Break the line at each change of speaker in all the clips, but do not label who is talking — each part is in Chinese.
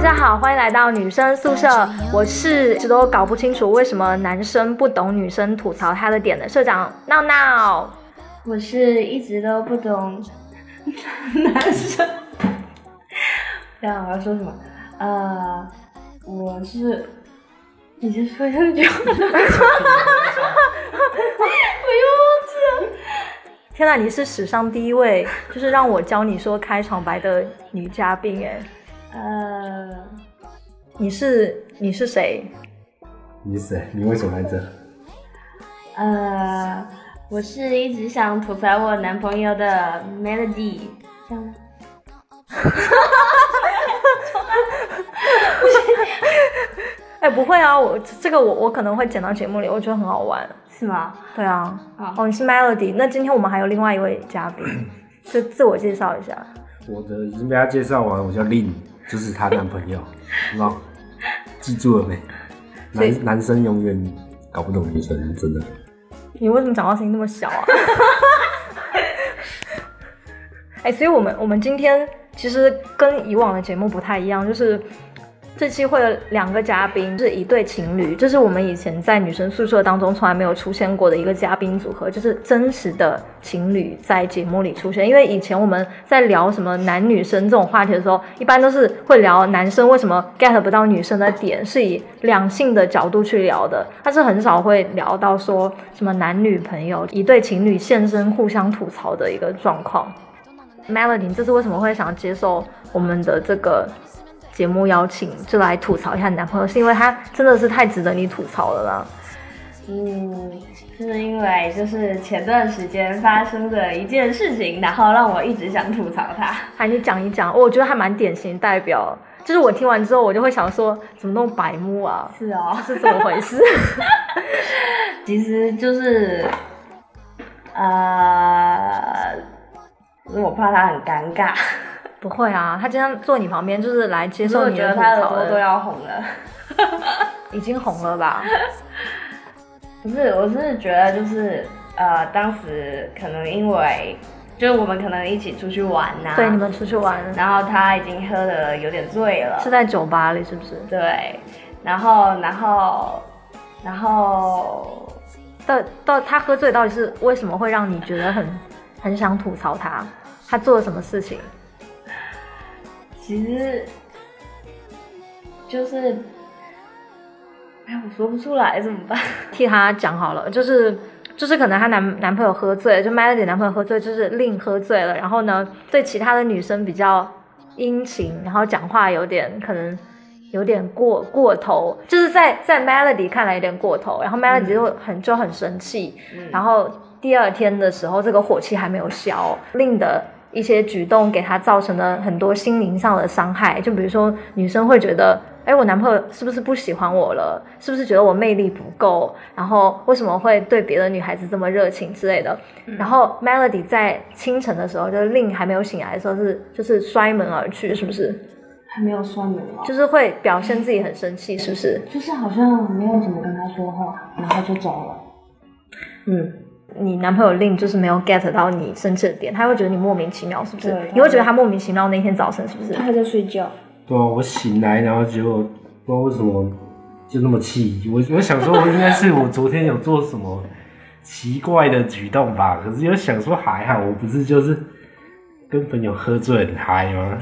家好，欢迎来到女生宿舍。我是一直都搞不清楚为什么男生不懂女生吐槽他的点的社长闹闹。
我是一直都不懂 男生。等一下我要说什么？呃，我是，你先说一下这句 话。我又忘记了。
天呐，你是史上第一位，就是让我教你说开场白的女嘉宾哎。
呃，
你是你是谁？
你谁？你为什么来这？
呃，我是一直想吐槽我男朋友的 Melody，这样吗？
哎，不会啊，我这个我我可能会剪到节目里，我觉得很好玩。
是吗？
对啊，
好
哦，你是 Melody。那今天我们还有另外一位嘉 宾，就自我介绍一下。
我的已经被他介绍完，我叫令，就是她男朋 友，知道？记住了没？
所以
男男生永远搞不懂女生，真的。
你为什么讲话声音那么小啊？哎，所以我们我们今天其实跟以往的节目不太一样，就是这期会有两个嘉宾，是一对情侣，这是我们以前在女生宿舍当中从来没有出现过的一个嘉宾组合，就是真实的情侣在节目里出现。因为以前我们在聊什么男女生这种话题的时候，一般都是会聊男生为什么 get 不到女生的点，是以两性的角度去聊的，但是很少会聊到说什么男女朋友一对情侣现身互相吐槽的一个状况。Melody，你这次为什么会想接受我们的这个节目邀请，就来吐槽一下你男朋友？是因为他真的是太值得你吐槽了啦。
嗯，是因为就是前段时间发生的一件事情，然后让我一直想吐槽他。
哎，你讲一讲，我觉得还蛮典型代表。就是我听完之后，我就会想说，怎么那么白目啊？
是哦，
是怎么 回事？
其实就是，呃，我怕他很尴尬，
不会啊，他今天坐你旁边，就是来接
其实
受
我
你
觉
的
得
吐
他耳
槽
朵都
的。
要红了。
已经红了 吧？
不是，我是觉得就是，呃，当时可能因为就是我们可能一起出去玩呐、
对，你们出去玩
然后他已经喝的有点醉了，
是在酒吧里，是不是？
对，然后然后然后
到到他喝醉到底是为什么会让你觉得很很想吐槽他？他做了什么事情？
其实就是，哎，我说不出来怎么办？
替他讲好了，就是就是可能她男男朋友喝醉了，就 Melody 男朋友喝醉，就是令喝醉了，然后呢对其他的女生比较殷勤，然后讲话有点可能有点过过头，就是在在 Melody 看来有点过头，然后 Melody 就很、就很生气，
嗯
然后第二天的时候这个火气还没有消，令的。一些举动给她造成了很多心灵上的伤害，就比如说女生会觉得，哎，我男朋友是不是不喜欢我了？是不是觉得我魅力不够？然后为什么会对别的女孩子这么热情之类的？然后 Melody 在清晨的时候，就是令还没有醒来的时候是就是摔门而去，是不是？
还没有算门哦，
就是会表现自己很生气，是不是？
就是好像没有怎么跟他说话，然后就走了。嗯，
你男朋友令就是没有 get 到你生气的点，他会觉得你莫名其妙，是不是
对？
你会觉得他莫名其妙那天早晨是不是？
他还在睡觉。
对啊，我醒来，然后结果不知道为什么就那么气。我我想说，我应该是我昨天有做什么奇怪的举动吧？可是又想说还好，我不是就是跟朋友喝醉很嗨吗？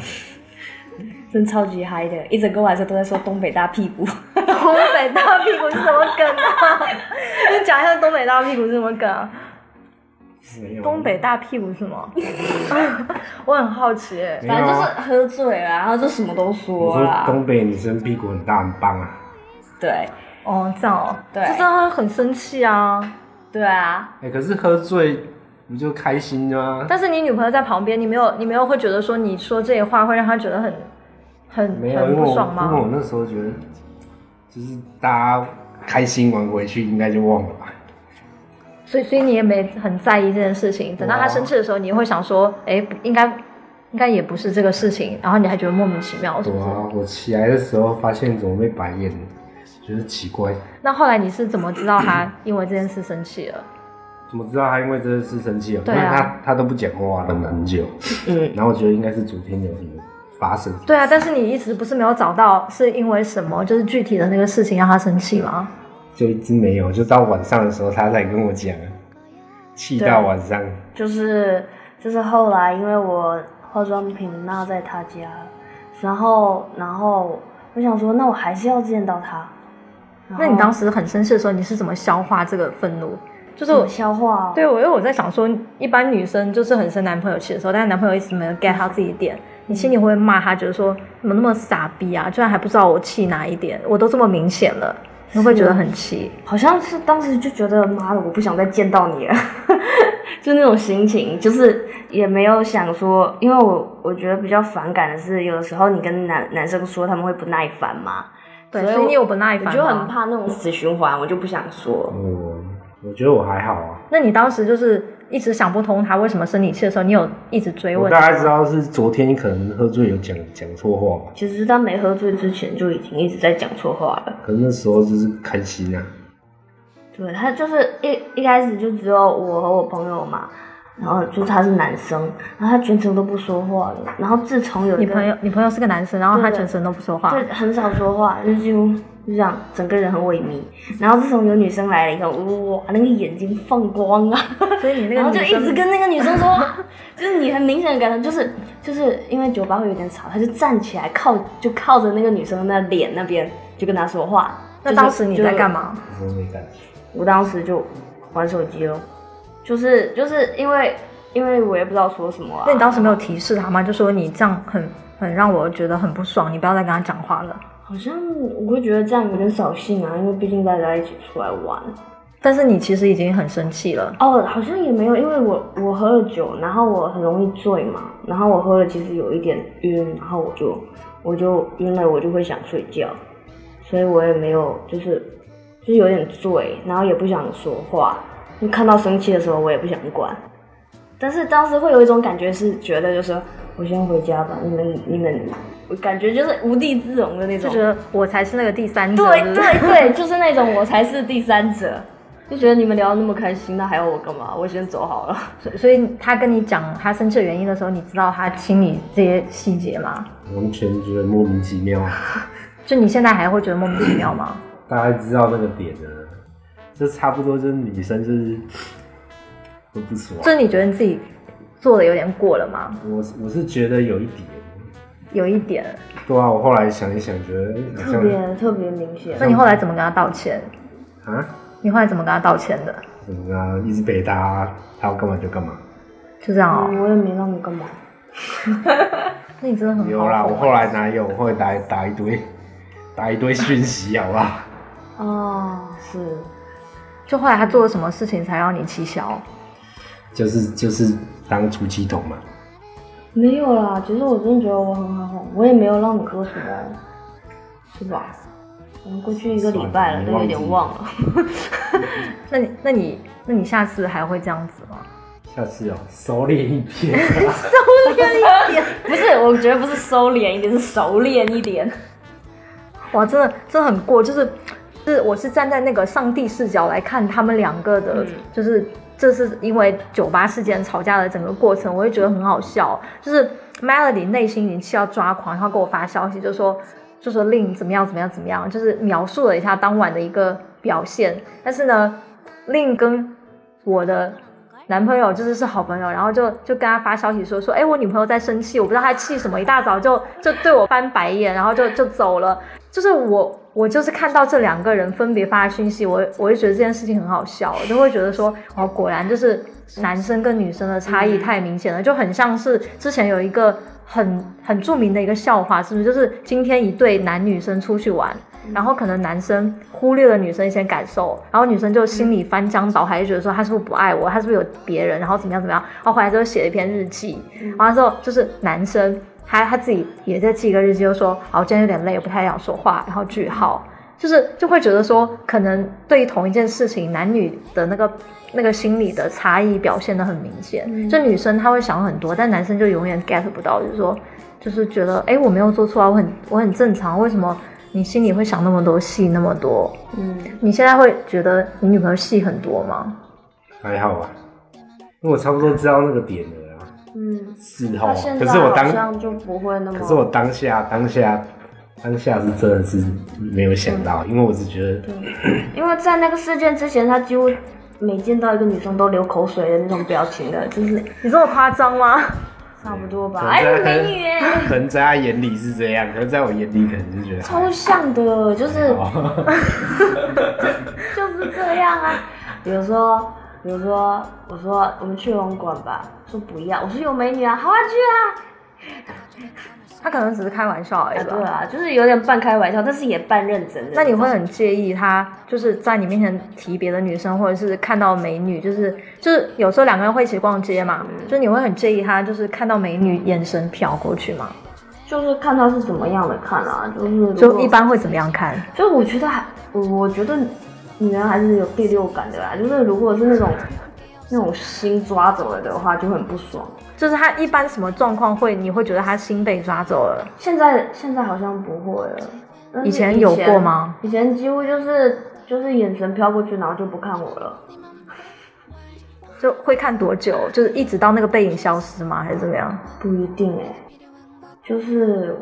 真超级嗨的，一整个晚上都在说东北大屁股。
东北大屁股是什么梗啊？ 你讲一下东北大屁股是什么梗啊？
没有
东北大屁股是什么？ 我很好奇耶、
没有
反正
啊
就是喝醉了，然后就什么都
我
说
啊
说
了。
东北女生屁股很大，很棒啊。
对
哦，这样哦，
对
这真的很生气啊！
对啊，
哎、可是喝醉不就开心啊吗？
但是你女朋友在旁边，你没有，你没有会觉得说你说这些话会让她觉得很很
没有，
很
因为我
不爽
因为我
吗？
那时候觉得，就是大家开心完回去应该就忘了吧。
所以，所以你也没很在意这件事情。等到她
哇
生气的时候，你会想说，哎，不应该应该也不是这个事情，然后你还觉得莫名其妙，是不
对
是？
啊，我起来的时候发现怎么被白眼了，觉得奇怪，
那后来你是怎么知道她因为这件事生气了？
怎么知道他因为这件事生气了？
对啊
因为他他都不讲话了很久，
嗯，
然后我觉得应该是昨天有什么。发生。
对啊，但是你一直不是没有找到，是因为什么？就是具体的那个事情让他生气吗？
就一直没有，就到晚上的时候他才跟我讲，气
对
到晚上。
就是就是后来因为我化妆品落在他家，然后然后我想说，那我还是要见到他。然后
那你当时很生气的时候，你是怎么消化这个愤怒？就是
怎
我
么消化、哦？
对，我因为我在想说，一般女生就是很生男朋友气的时候，但是男朋友一直没有 get 她自己点，你心里会不会骂她，觉得说怎么那么傻逼啊，居然还不知道我气哪一点，我都这么明显了，你会不会觉得很气。
好像是当时就觉得妈的，我不想再见到你了， 就那种心情，就是也没有想说，因为我我觉得比较反感的是，有的时候你跟男男生说他们会不耐烦嘛，
对，
所以
所以
我
你有不耐
我
烦
就很
吗？
怕那种死循环，我就不想说。
嗯，我觉得我还好啊。
那你当时就是一直想不通她为什么生你气的时候，你有一直追
我
问？
大概知道是昨天可能喝醉有讲讲错话吧，
其实他没喝醉之前就已经一直在讲错话了，
可能那时候就是开心啊。
对他就是一一开始就只有我和我朋友嘛。然后就他是男生，然后他全程都不说话了。然后自从有一
你
个
朋友，你朋友是个男生，然后他
对对
全程都不说话，
对，很少说话，就几乎就这样，整个人很萎靡。然后自从有女生来了以后，哇，那个眼睛放光啊，
所以你 那
然
个
后
女
就
生
一直跟那个女生说， 就是你很明显的感觉，就是就是因为酒吧会有点吵，他就站起来靠就靠着那个女生的脸那边就跟她说话。
那
就是
当时你在干？嘛？
我没感觉。
就我当时就玩手机咯，就是就是因为因为我也不知道说什么、啊。
那你当时没有提示他吗？就说你这样很很让我觉得很不爽，你不要再跟他讲话了。
好像我会觉得这样有点扫兴啊，因为毕竟大家一起出来玩。
但是你其实已经很生气了，
哦，好像也没有，因为我我喝了酒，然后我很容易醉嘛，然后我喝了其实有一点晕，然后我就我就晕了，我就会想睡觉，所以我也没有就是就是有点醉，然后也不想说话，就看到生气的时候我也不想管，但是当时会有一种感觉是觉得就是我先回家吧，你们你们，我感觉就是无地自容的那
就
种
觉，得我才是那个第三者。
对
是不是
对对，就是那种我才是第三者，就觉得你们聊得那么开心，那还要我干嘛？我先走好了。
所以所以他跟你讲他生气的原因的时候，你知道他心里这些细节吗？
完全觉得莫名其妙，啊
就你现在还会觉得莫名其妙吗？
嗯
大概知道那个点了，就差不多就是女生就是都不爽。
就是你觉得你自己做的有点过了吗？
我是我是觉得有一点，
有一点。
对啊，我后来想一想，觉得哎
特
好像
别特别明显
那。你后来怎么跟他道歉？
啊，
你后来怎么跟他道歉的？
怎么啊，一直陪他，他要干嘛就干嘛。
就这样哦。
嗯我也没让你干嘛。
那你真的很
有
嗯好
啦，
哄
我后来哪有？我后来打打一堆，打一堆讯息，好不好？
哦，是，
就后来他做了什么事情才让你气消？
就是就是当出气筒嘛。
没有啦。其实我真的觉得我很好哄，我也没有让你做什么，是吧？我们过去一个礼拜了，
算了
都
你
有
忘记
点忘了。
那你那你那你下次还会这样子吗？
下次哦，收敛一 点。
不是，我觉得不是收敛一点，是熟练一点。
哇，真的真的很过，就是是我是站在那个上帝视角来看他们两个的，
嗯
就是这是因为酒吧事件吵架的整个过程，我会觉得很好笑。就是 Melody 内心已经气到抓狂，然后给我发消息就说就说令怎么样怎么样怎么样，就是描述了一下当晚的一个表现。但是呢，令跟我的。男朋友就是是好朋友，然后就就跟他发消息说说，哎，我女朋友在生气，我不知道她气什么，一大早就就对我翻白眼，然后就就走了。就是我，我就是看到这两个人分别发的讯息，我我就觉得这件事情很好笑，我就会觉得说，哦，果然就是男生跟女生的差异太明显了，就很像是之前有一个很很著名的一个笑话，是不是？就是今天一对男女生出去玩，然后可能男生忽略了女生一些感受，然后女生就心里翻江倒海，就觉得说他是不是不爱我，他是不是有别人，然后怎么样怎么样，然后回来之后写了一篇日记，然后之后就是男生他他自己也在记一个日记，就说啊我今天有点累，不太想说话，然后句号，就是就会觉得说，可能对于同一件事情，男女的那个那个心理的差异表现的很明显。
嗯
就女生她会想很多，但男生就永远 get 不到，就是说，就是觉得哎我没有做错啊，我很我很正常，为什么你心里会想那么多戏那么多？
嗯，
你现在会觉得你女朋友戏很多吗？
还好吧，因为我差不多知道那个点了啦。
嗯，
是
他
哦，
现
可
在
是我
好
当，
像就不会那么，
可是我当下当下当下是真的是没有想
嗯
到，因为我只觉得
因为在那个事件之前，他几乎每见到一个女生都流口水的那种表情的，就是
你这么夸张吗？
差不多吧。
可能
哎，
在
美女哎，
可能在他眼里是这样，可是在我眼里可能就觉得
超像的，就是
哦，
就是这样啊。比如说，比如说，我说我们去游泳馆吧，说不要，我说有美女啊，好啊，去啊。
他可能只是开玩笑而
啊
已吧。
对啊，就是有点半开玩笑，但是也半认真的。
那你会很介意他就是在你面前提别的女生，或者是看到美女，就是就是有时候两个人会一起逛街嘛，
嗯
就是你会很介意他就是看到美女眼神瞟过去吗？
就是看他是怎么样的看啊，就是如果
就一，般会怎么样看？
就是我觉得还，我我觉得女人还是有第六感的啦，就是如果是那种那种心抓走了的话，就很不爽。
就是他一般什么状况会你会觉得他心被抓走了？
现在现在好像不会了，但是
以前有过吗？
以前几乎就是就是眼神飘过去，然后就不看我了。
就会看多久？就是一直到那个背影消失吗？还是怎么样？
不一定哎、就是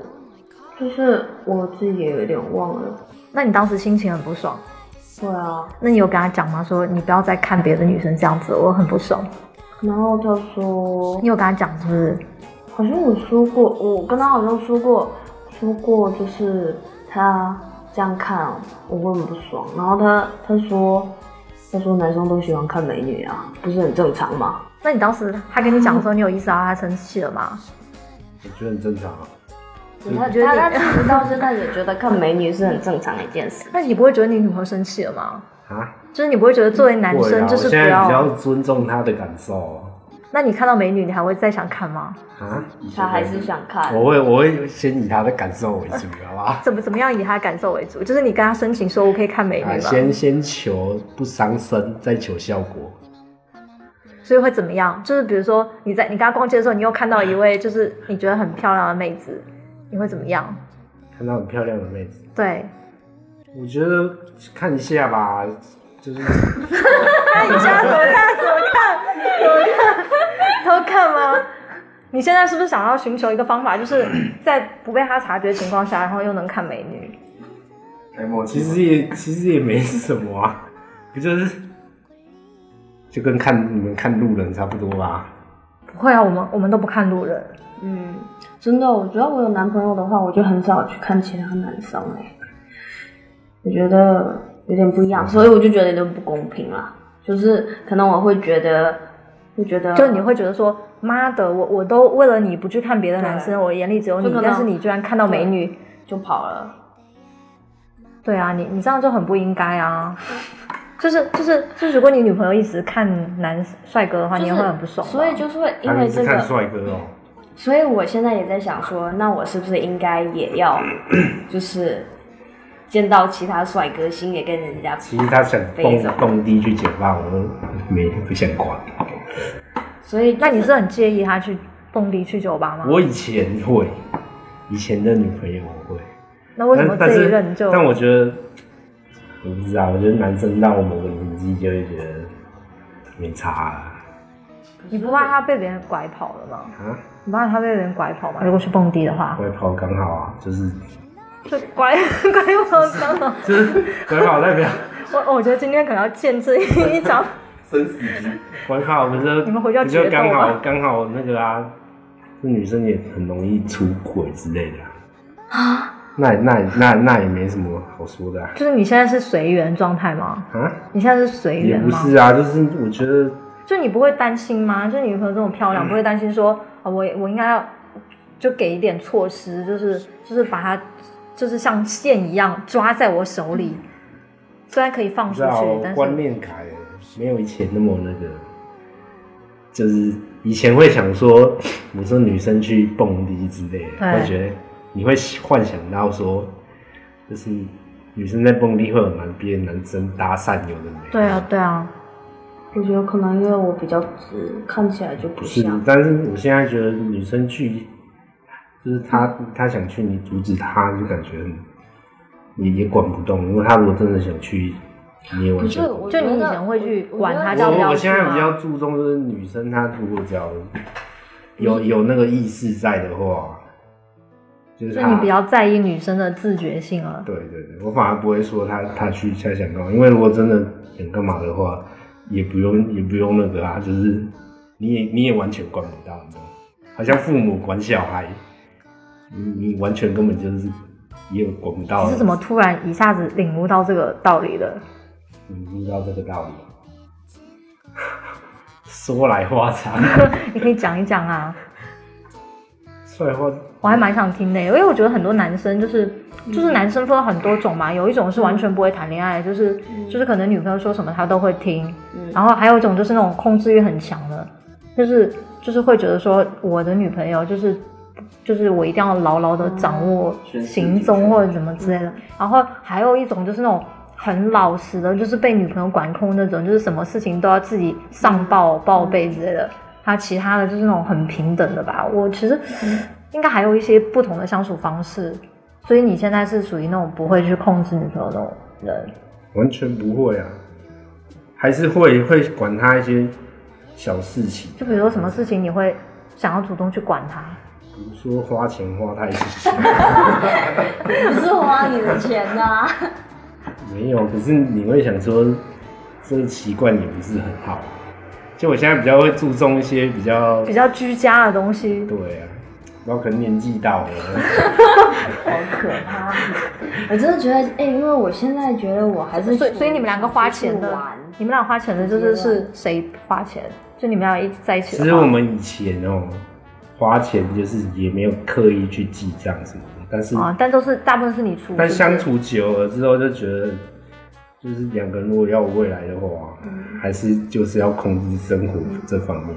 就是我自己也有点忘了。
那你当时心情很不爽，
对啊，
那你有跟他讲吗？说你不要再看别的女生这样子，我很不爽。
然后他说
你有跟他讲是不是？
好像我说过，我跟他好像说过，说过就是他这样看我会很不爽。然后他他说他说男生都喜欢看美女啊，不是很正常吗？
那你当时他跟你讲的时候，你有意识到他生气了吗？
我觉得很正常啊。
他
觉得
他
你
他知道现在也觉得看美女是很正常的一件事。
那你不会觉得你女朋友生气了吗？
啊，
就是你不会觉得作为男
不会啦啊
生就是不
我现在比较
要？
尊重他的感受
那你看到美女，你还会再想看吗？
啊。
他还是想看，
哦
我会我会先以他的感受为主，好不好？
怎么怎么样以他感受为主？就是你跟他申请说我可以看美
啊，
女吗？
先先求不伤身，再求效果。
所以会怎么样？就是比如说你在你跟他逛街的时候，你又看到一位就是你觉得很漂亮的妹子，你会怎么样？
看到很漂亮的妹子，
对，
我觉得看一下吧，就是
那你现在怎么看？怎么看？怎么看？偷看吗？你现在是不是想要寻求一个方法，就是在不被他察觉的情况下，然后又能看美女？
哎， 我其实也其实也没什么啊，不就是就跟看你们看路人差不多吧？
不会啊，我们我们都不看路人。
嗯，真的，我觉得我有男朋友的话，我就很少去看其他男生哎、我觉得有点不一样，所以我就觉得有点不公平啦。就是可能我会觉得，会觉得
就你会觉得说，妈的，我我都为了你不去看别的男生，我眼里只有你
就，可能
但是你居然看到美女，
就跑了，
对啊，你你这样就很不应该啊。就是就是就是，如果你女朋友一直看男帅哥的啊话，你也会很不爽吧。
所以就是会因
他
为
们
这
是看
个，
帅哥哦、
所以我现在也在想说，那我是不是应该也 要，就是见到其他帅哥，心也跟人家
其实他想
非
蹦
常
蹦迪去解放，我都没不想管。
所以
那你是很介意他去蹦迪去酒吧吗？
我以前会，以前的女朋友我会，
那为什么
但但
这一
是
任就？
但我觉得，我不知道，我觉得男生到我某个年纪就会觉得没差啊。
你不怕他被别人拐跑了吗？
啊，
你不怕他被别人拐跑
哎
吗？如果去蹦迪的话，
外跑刚好啊，就是
就拐拐跑刚好。
就是外跑代表
我我觉得今天可能要见证一场。
生死局。外跑不是
你们回家
不就
决斗
刚
吧
好刚好那个啊，这女生也很容易出轨之类的啊。
啊
那那那那也没什么好说的啊。
就是你现在是随缘状态吗？
啊
你现在是随
也
缘
不
吗？
是啊，就是我觉得
就你不会担心吗？就你女朋友这么漂亮，不会担心说啊，我我应该要就给一点措施，就是就是把它就是像线一样抓在我手里，虽然可以放
不
出
知道
去，但
观
是
念改了，没有以前那么那个，就是以前会想说，我说女生去蹦迪之类的，
对
会觉得你会幻想到说，就是女生在蹦迪会有男别的男生搭讪，有的没的
对啊，对啊，
我觉得可能因为我比较直，看起来就不
不是
像。，
但是我现在觉得女生去，就是她她想去，你阻止她就感觉很也也管不动，因为她如果真的想去，你也完
不
全
是，
管
我
不动
就你以
觉得
前会去
我
管
我觉得
他
我
叫不
我
要
我
去
现在比
吗
较注重就是女生她如果只要有
嗯
有那个意识在的话，就是
就
他
你比较在意女生的自觉性了。
对对对，我反而不会说他他去他想干嘛，因为如果真的想干嘛的话，也不用也不用那个啊，就是你也你也完全管不到，你知道吗？好像父母管小孩，你你完全根本就是也管不到，
你是怎么突然一下子领悟到这个道理的？
你知道这个道理？ 说来话长，
你可以讲一讲啊，
说来话
我还蛮想听的，因为我觉得很多男生就是就是男生分了很多种嘛，有一种是完全不会谈恋爱，就是就是可能女朋友说什么他都会听，
嗯
然后还有一种就是那种控制欲很强的，就是就是会觉得说我的女朋友就是就是我一定要牢牢的掌握
嗯
行踪或者什么之类的，然后还有一种就是那种。很老实的，就是被女朋友管控那种，就是什么事情都要自己上报报备之类的。他其他的就是那种很平等的吧。我其实应该还有一些不同的相处方式，所以你现在是属于那种不会去控制女朋友那种人。
完全不会啊，还是会会管他一些小事情。
就比如说什么事情你会想要主动去管他，
比如说花钱 花太急，
不是花你的钱呐、
没有，可是你会想说，这个习惯也不是很好。就我现在比较会注重一些比较
比较居家的东西。
对啊，然后可能年纪到了，
好可怕！我真的觉得，哎、因为我现在觉得我还是
所以，所以你们两个花钱
出去
的
玩，
你们俩花钱的，就是是谁花钱？就你们俩一起在一起
其
的话。
实我们以前哦、花钱就是也没有刻意去记账什么的，但是、
啊，但都是大部分是你出。
但
是不是
相处久了之后就觉得，就是两个人如果要有未来的话，还是就是要控制生活这方面。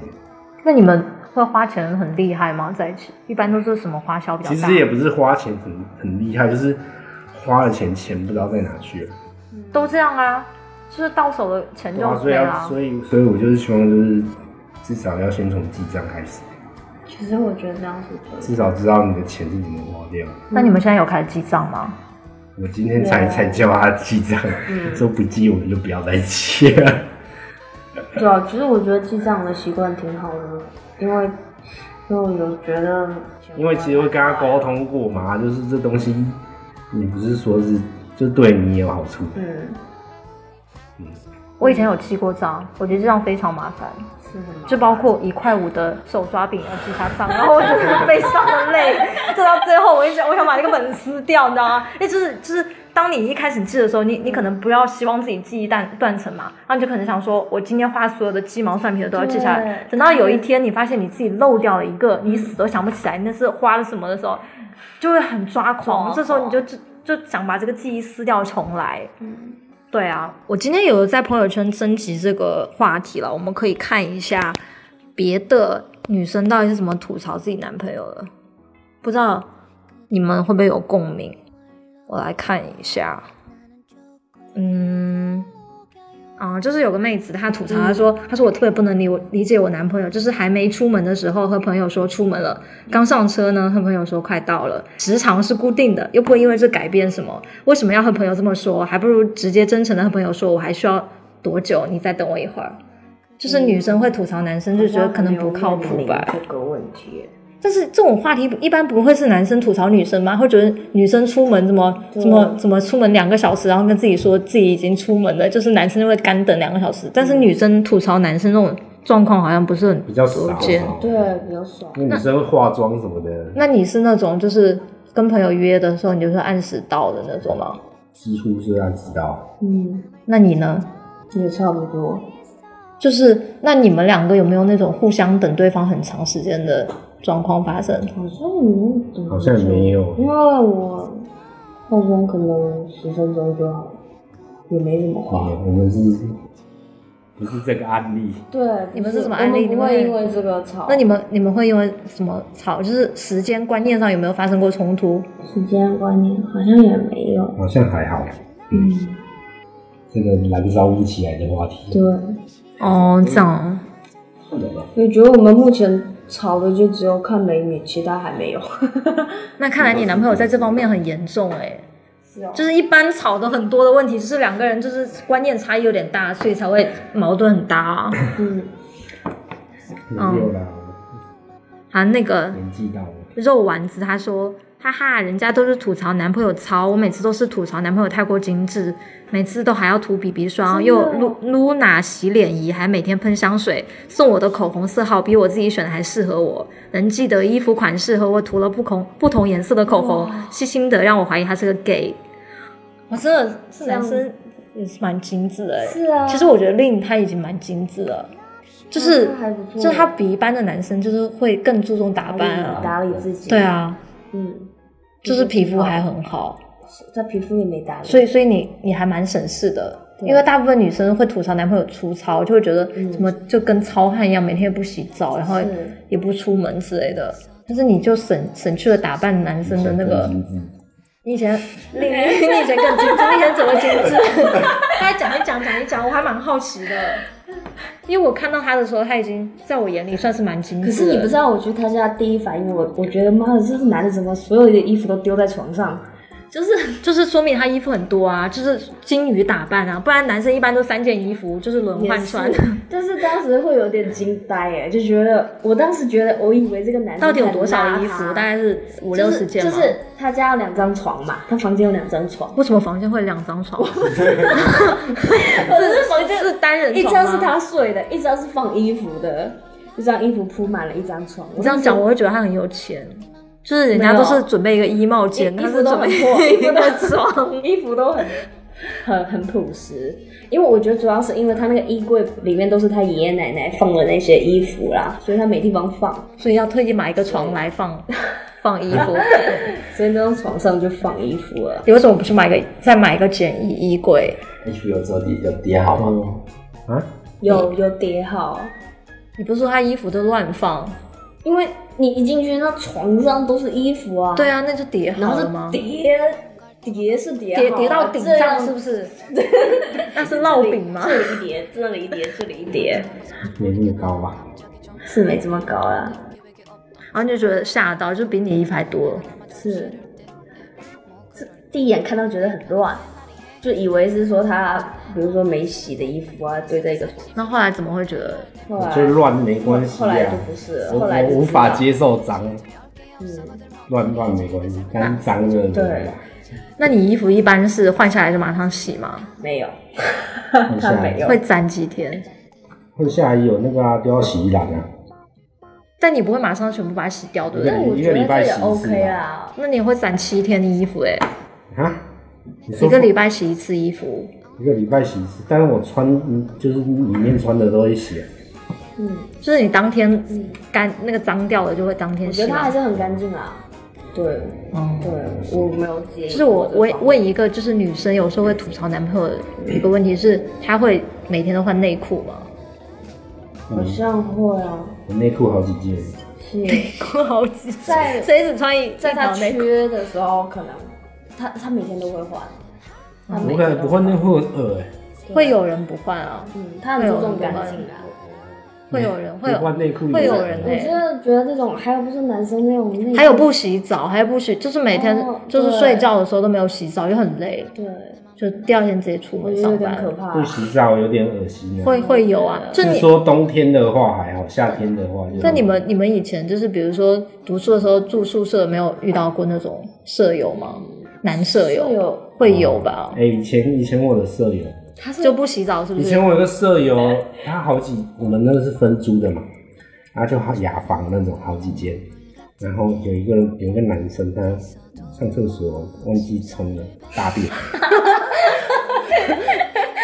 那你们会花钱很厉害吗？在一起一般都是什么花销比较
其
大？
实也不是花钱很很厉害，就是花了钱钱不知道在哪去了。
都这样啊，就是到手的钱
对
就
啊，所以
没了啊、
要所以所以我就是希望就是至少要先从记账开始，
其实我觉得这样是可以的。
至少知道你的钱是怎么花掉的。
那你们现在有开始记账吗？
我今天才
对啊
才叫他记账，说不记我们就不要再记了。
对啊，其实我觉得记账的习惯挺好的，因为因为我有觉得，
因为其实我跟他沟通过嘛，就是这东西你不是说是就对你有好处，
嗯，
我以前有记过账，我觉得记账非常麻烦，
是的嘛，
就包括一块五的手抓饼要记下账，然后我 就是非常的累，做到最后我一想我想把那个本撕掉，你知道吗？因为就是就是当你一开始记的时候，你你可能不要希望自己记忆断断层嘛，然后你就可能想说我今天花所有的鸡毛蒜皮的都要记下来，
对
等到有一天你发现你自己漏掉了一个，你死都想不起来那是花了什么的时候，就会很抓狂，
抓狂
这时候你就就就想把这个记忆撕掉重来。对啊，我今天有在朋友圈征集这个话题了，我们可以看一下别的女生到底是怎么吐槽自己男朋友的，不知道你们会不会有共鸣？我来看一下，嗯。啊，就是有个妹子，她吐槽，她说，她说我特别不能理我理解我男朋友，就是还没出门的时候和朋友说出门了，刚上车呢和朋友说快到了，时长是固定的，又不会因为这改变什么，为什么要和朋友这么说？还不如直接真诚的和朋友说，我还需要多久，你再等我一会儿。就是女生会吐槽男生，就觉得可能不靠谱吧。
这个问题，
但是这种话题一般不会是男生吐槽女生吗？会觉得女生出门怎么
对
怎么怎么出门两个小时，然后跟自己说自己已经出门了，就是男生就会干等两个小时。但是女生吐槽男生这种状况好像不是很
比较
多
少。啊
见。
对，比较少。
因为女生化妆什么的
那你是那种就是跟朋友约的时候你就是按时到的那种吗？
几乎是要知道，
嗯，
那你呢？
也差不多。
就是那你们两个有没有那种互相等对方很长时间的状况发生？
好像没有，
好像也没有
因为我化妆可能十分钟就好了，也没怎么
没
化。
有我们是不是这个案例？
对，
你们是什么
我们
案例你
不
们
会因为这个吵。
那你们你们会因为什么吵？就是时间观念上有没有发生过冲突？
时间观念好像也没有。
好像还好，
嗯，
这个燃烧不起来的话题。
对，
哦，这样。
我觉得我们目前吵的就只有看美女，其他 还没有。
那看来你男朋友在这方面很严重哎、
是哦
就是一般吵的很多的问题，就是两个人就是观念差异有点大，所以才会矛盾很大啊。
嗯，
没有啦，
啊那个
年纪到了，
肉丸子，她说：“哈哈，人家都是吐槽男朋友糙，我每次都是吐槽男朋友太过精致，每次都还要涂 BB 霜，
真的
又露露娜洗脸仪，还每天喷香水，送我的口红色号比我自己选的还适合我，能记得衣服款式和我涂了不同不同颜色的口红，细心的让我怀疑他是个 gay。”我真的是
男生
也是蛮精致的、欸
是啊，
其实我觉得令他已经蛮精致了，就
就是
是
还不错
就是他比一般的男生就是会更注重打扮啊，
打理自己，
对，啊，
嗯，
就是皮肤还很好，
他皮肤也没打理，
所以所以你你还蛮省事的。
对
因为大部分女生会吐槽男朋友粗糙，就会觉得
嗯
怎么就跟糙汉一样，每天也不洗澡，然后
是
也不出门之类的。但是你就省省去了打扮男生的那个，
精致
你以前 你你你以前更精致，你以前怎么精致？ 大家讲一讲讲一讲，我还蛮好奇的，因为我看到他的时候，他已经在我眼里算是蛮精致
可
的。
是你不知道，我去他家第一反应，我我觉得妈的，这是男的怎么所有的衣服都丢在床上？
就是就是说明他衣服很多啊，就是精于打扮啊，不然男生一般都三件衣服就是轮 换穿
也。是但是当时会有点惊呆哎，就觉得我当时觉得，我以为这个男 生
到底有多少
很邋
衣
遢
服？大概是五六十件
就
吗？
是。就是他家有两张床嘛，他房间有两张床，
为什么房间会两张床？啊
只是
是是单人
一
床吗
张是他睡的，一张是放衣服的，一张衣服铺满了一张床。
你这样讲，我会觉得他很有钱，就是人家
没
都
有
是准备一个衣帽间，
衣
他
衣
是
服都
准
很
备
破
一
衣服都
个床。
衣服都很很很朴实，因为我觉得主要是因为他那个衣柜里面都是他爷爷奶奶放的那些衣服啦，所以他没地方放，
所以要特意买一个床来 放放衣服。
所以那张床上就放衣服了。
你为什么不去买个再买一个简易衣柜？
衣服有折叠有叠好吗？
哦
嗯
啊，
有有叠好，
你不是说他衣服都乱放？
因为你一进去，那床上都是衣服啊，
对，啊，那就叠
然
好
后
了吗
是？叠叠是叠
叠
好啊
叠到顶
这样
上是不 是？那是烙饼吗？
这里一叠，这里一叠，这里一叠，
没那么高吧？
是没这么高啦，
然后你就觉得吓到，就比你衣服还多。
是，这第一眼看到觉得很乱，就以为是说他，比如说没洗的衣服啊堆在一个，啊
那后来怎么会觉得？
后
就
来
乱没关系
后来
啊
就，不是了，
我
后来就知
我
道
无法，接受脏，
嗯，
乱乱没关系，但是脏的
对
那你衣服一般是换下来就马上洗吗？
没 有，
下
他
来
没有
会，攒几天？
会下来有那个啊，丢到洗衣篮啊，
但你不会马上全部把它洗掉，对不对？
但我
一
觉
个礼
得
拜
这
洗
也
一次
OK 啊
吧
啦，
那你会攒七天的衣服哎、
啊，你说
一个礼拜洗一次衣服，
一个礼拜洗一次，但是我穿嗯就是里面穿的都会洗啊，
嗯，
就是你当天干那个脏掉了就会当天
我
洗
觉得他还
吗。
是很干净啊，嗯对，
哦
嗯
对，我没有介意，
就是我问问一个，就是女生有时候会吐槽男朋友的一个问题是，她会每天都换内裤吗？
嗯
好像会啊，
我内裤好几件，
是。
好几次
在
谁只穿一
在他
一 条内裤
缺的时候，可能他他每天都会换，他每天
不会
啊都
不会内裤很恶欸
会有人不换啊，
嗯，他很注重干净啊。
会有人会有
不欸换内裤也
会有人
我
欸
真的觉得这种，还有不是男生那种内裤，
还有不洗澡，还有不洗，就是每天
哦
就是睡觉的时候都没有洗澡，就很累，
对，
就第二天直接出
我
门
觉得
嗯
有
上
点
班
可。怕。
不洗澡有点恶心啊。
会会有啊，就是你
说冬天的话还好，夏天的话就
那你们你们以前就是比如说读书的时候住宿舍，没有遇到过那种舍友吗？男舍
舍
友
友
会有吧？
哎、以前以前我的舍友，
他是
就不洗澡是不
以
是
前？我有个舍友，他好几，我们那个是分租的嘛，然后就好雅房那种好几间，然后有一个人有一个男生他上厕所忘记冲了大便，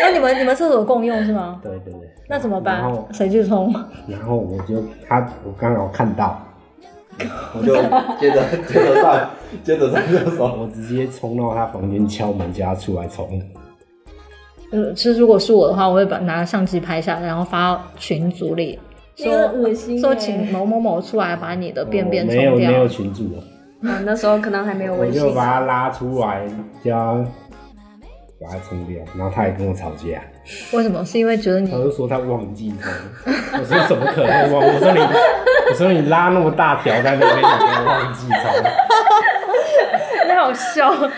那你们你们厕所共用是吗？
对对对，
那怎么
然
办
后？
谁去冲？
然后我就他我刚好看到，
我就接着接着上接着上厕所。
我直接冲到他房间敲门叫他出来冲，
呃，其实如果是我的话，我会把拿相机拍下来，然后发到群组里，
那
说嗯
个恶心欸
说请某某某出来把你的便便
我没有
冲
没
掉
有。群主哦。
我
嗯
那时候可能还没有
我
微信
就，把他拉出来，叫他把他冲掉，然后他也跟我吵架，
为什么？是因为觉得你
他就说他忘记冲，我说怎么可能忘？我说你，我说你拉那么大条在那边，你没有忘记冲？
太好笑了。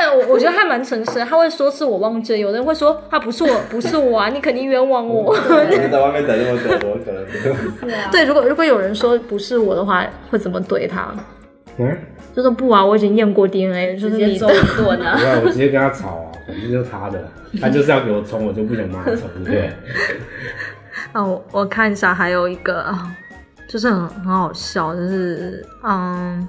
但哎我我觉得还蛮诚实的，他会说是我忘记了，有的人会说他不是我，不是我啊，你肯定冤枉我。
嗯
们在外面等那么久，我可能没有。
是啊，
对，如果如果有人说不是我的话，会怎么怼他？
嗯，
就说不啊，我已经验过 DNA，了就是
直接
你
揍
的。
一顿
不
啊！
然我直接跟他吵啊，反正就是他的啦，他就是要给我冲，我就不想帮他冲，对不对？
啊，我我看一下，还有一个啊，就是很很好笑，就是嗯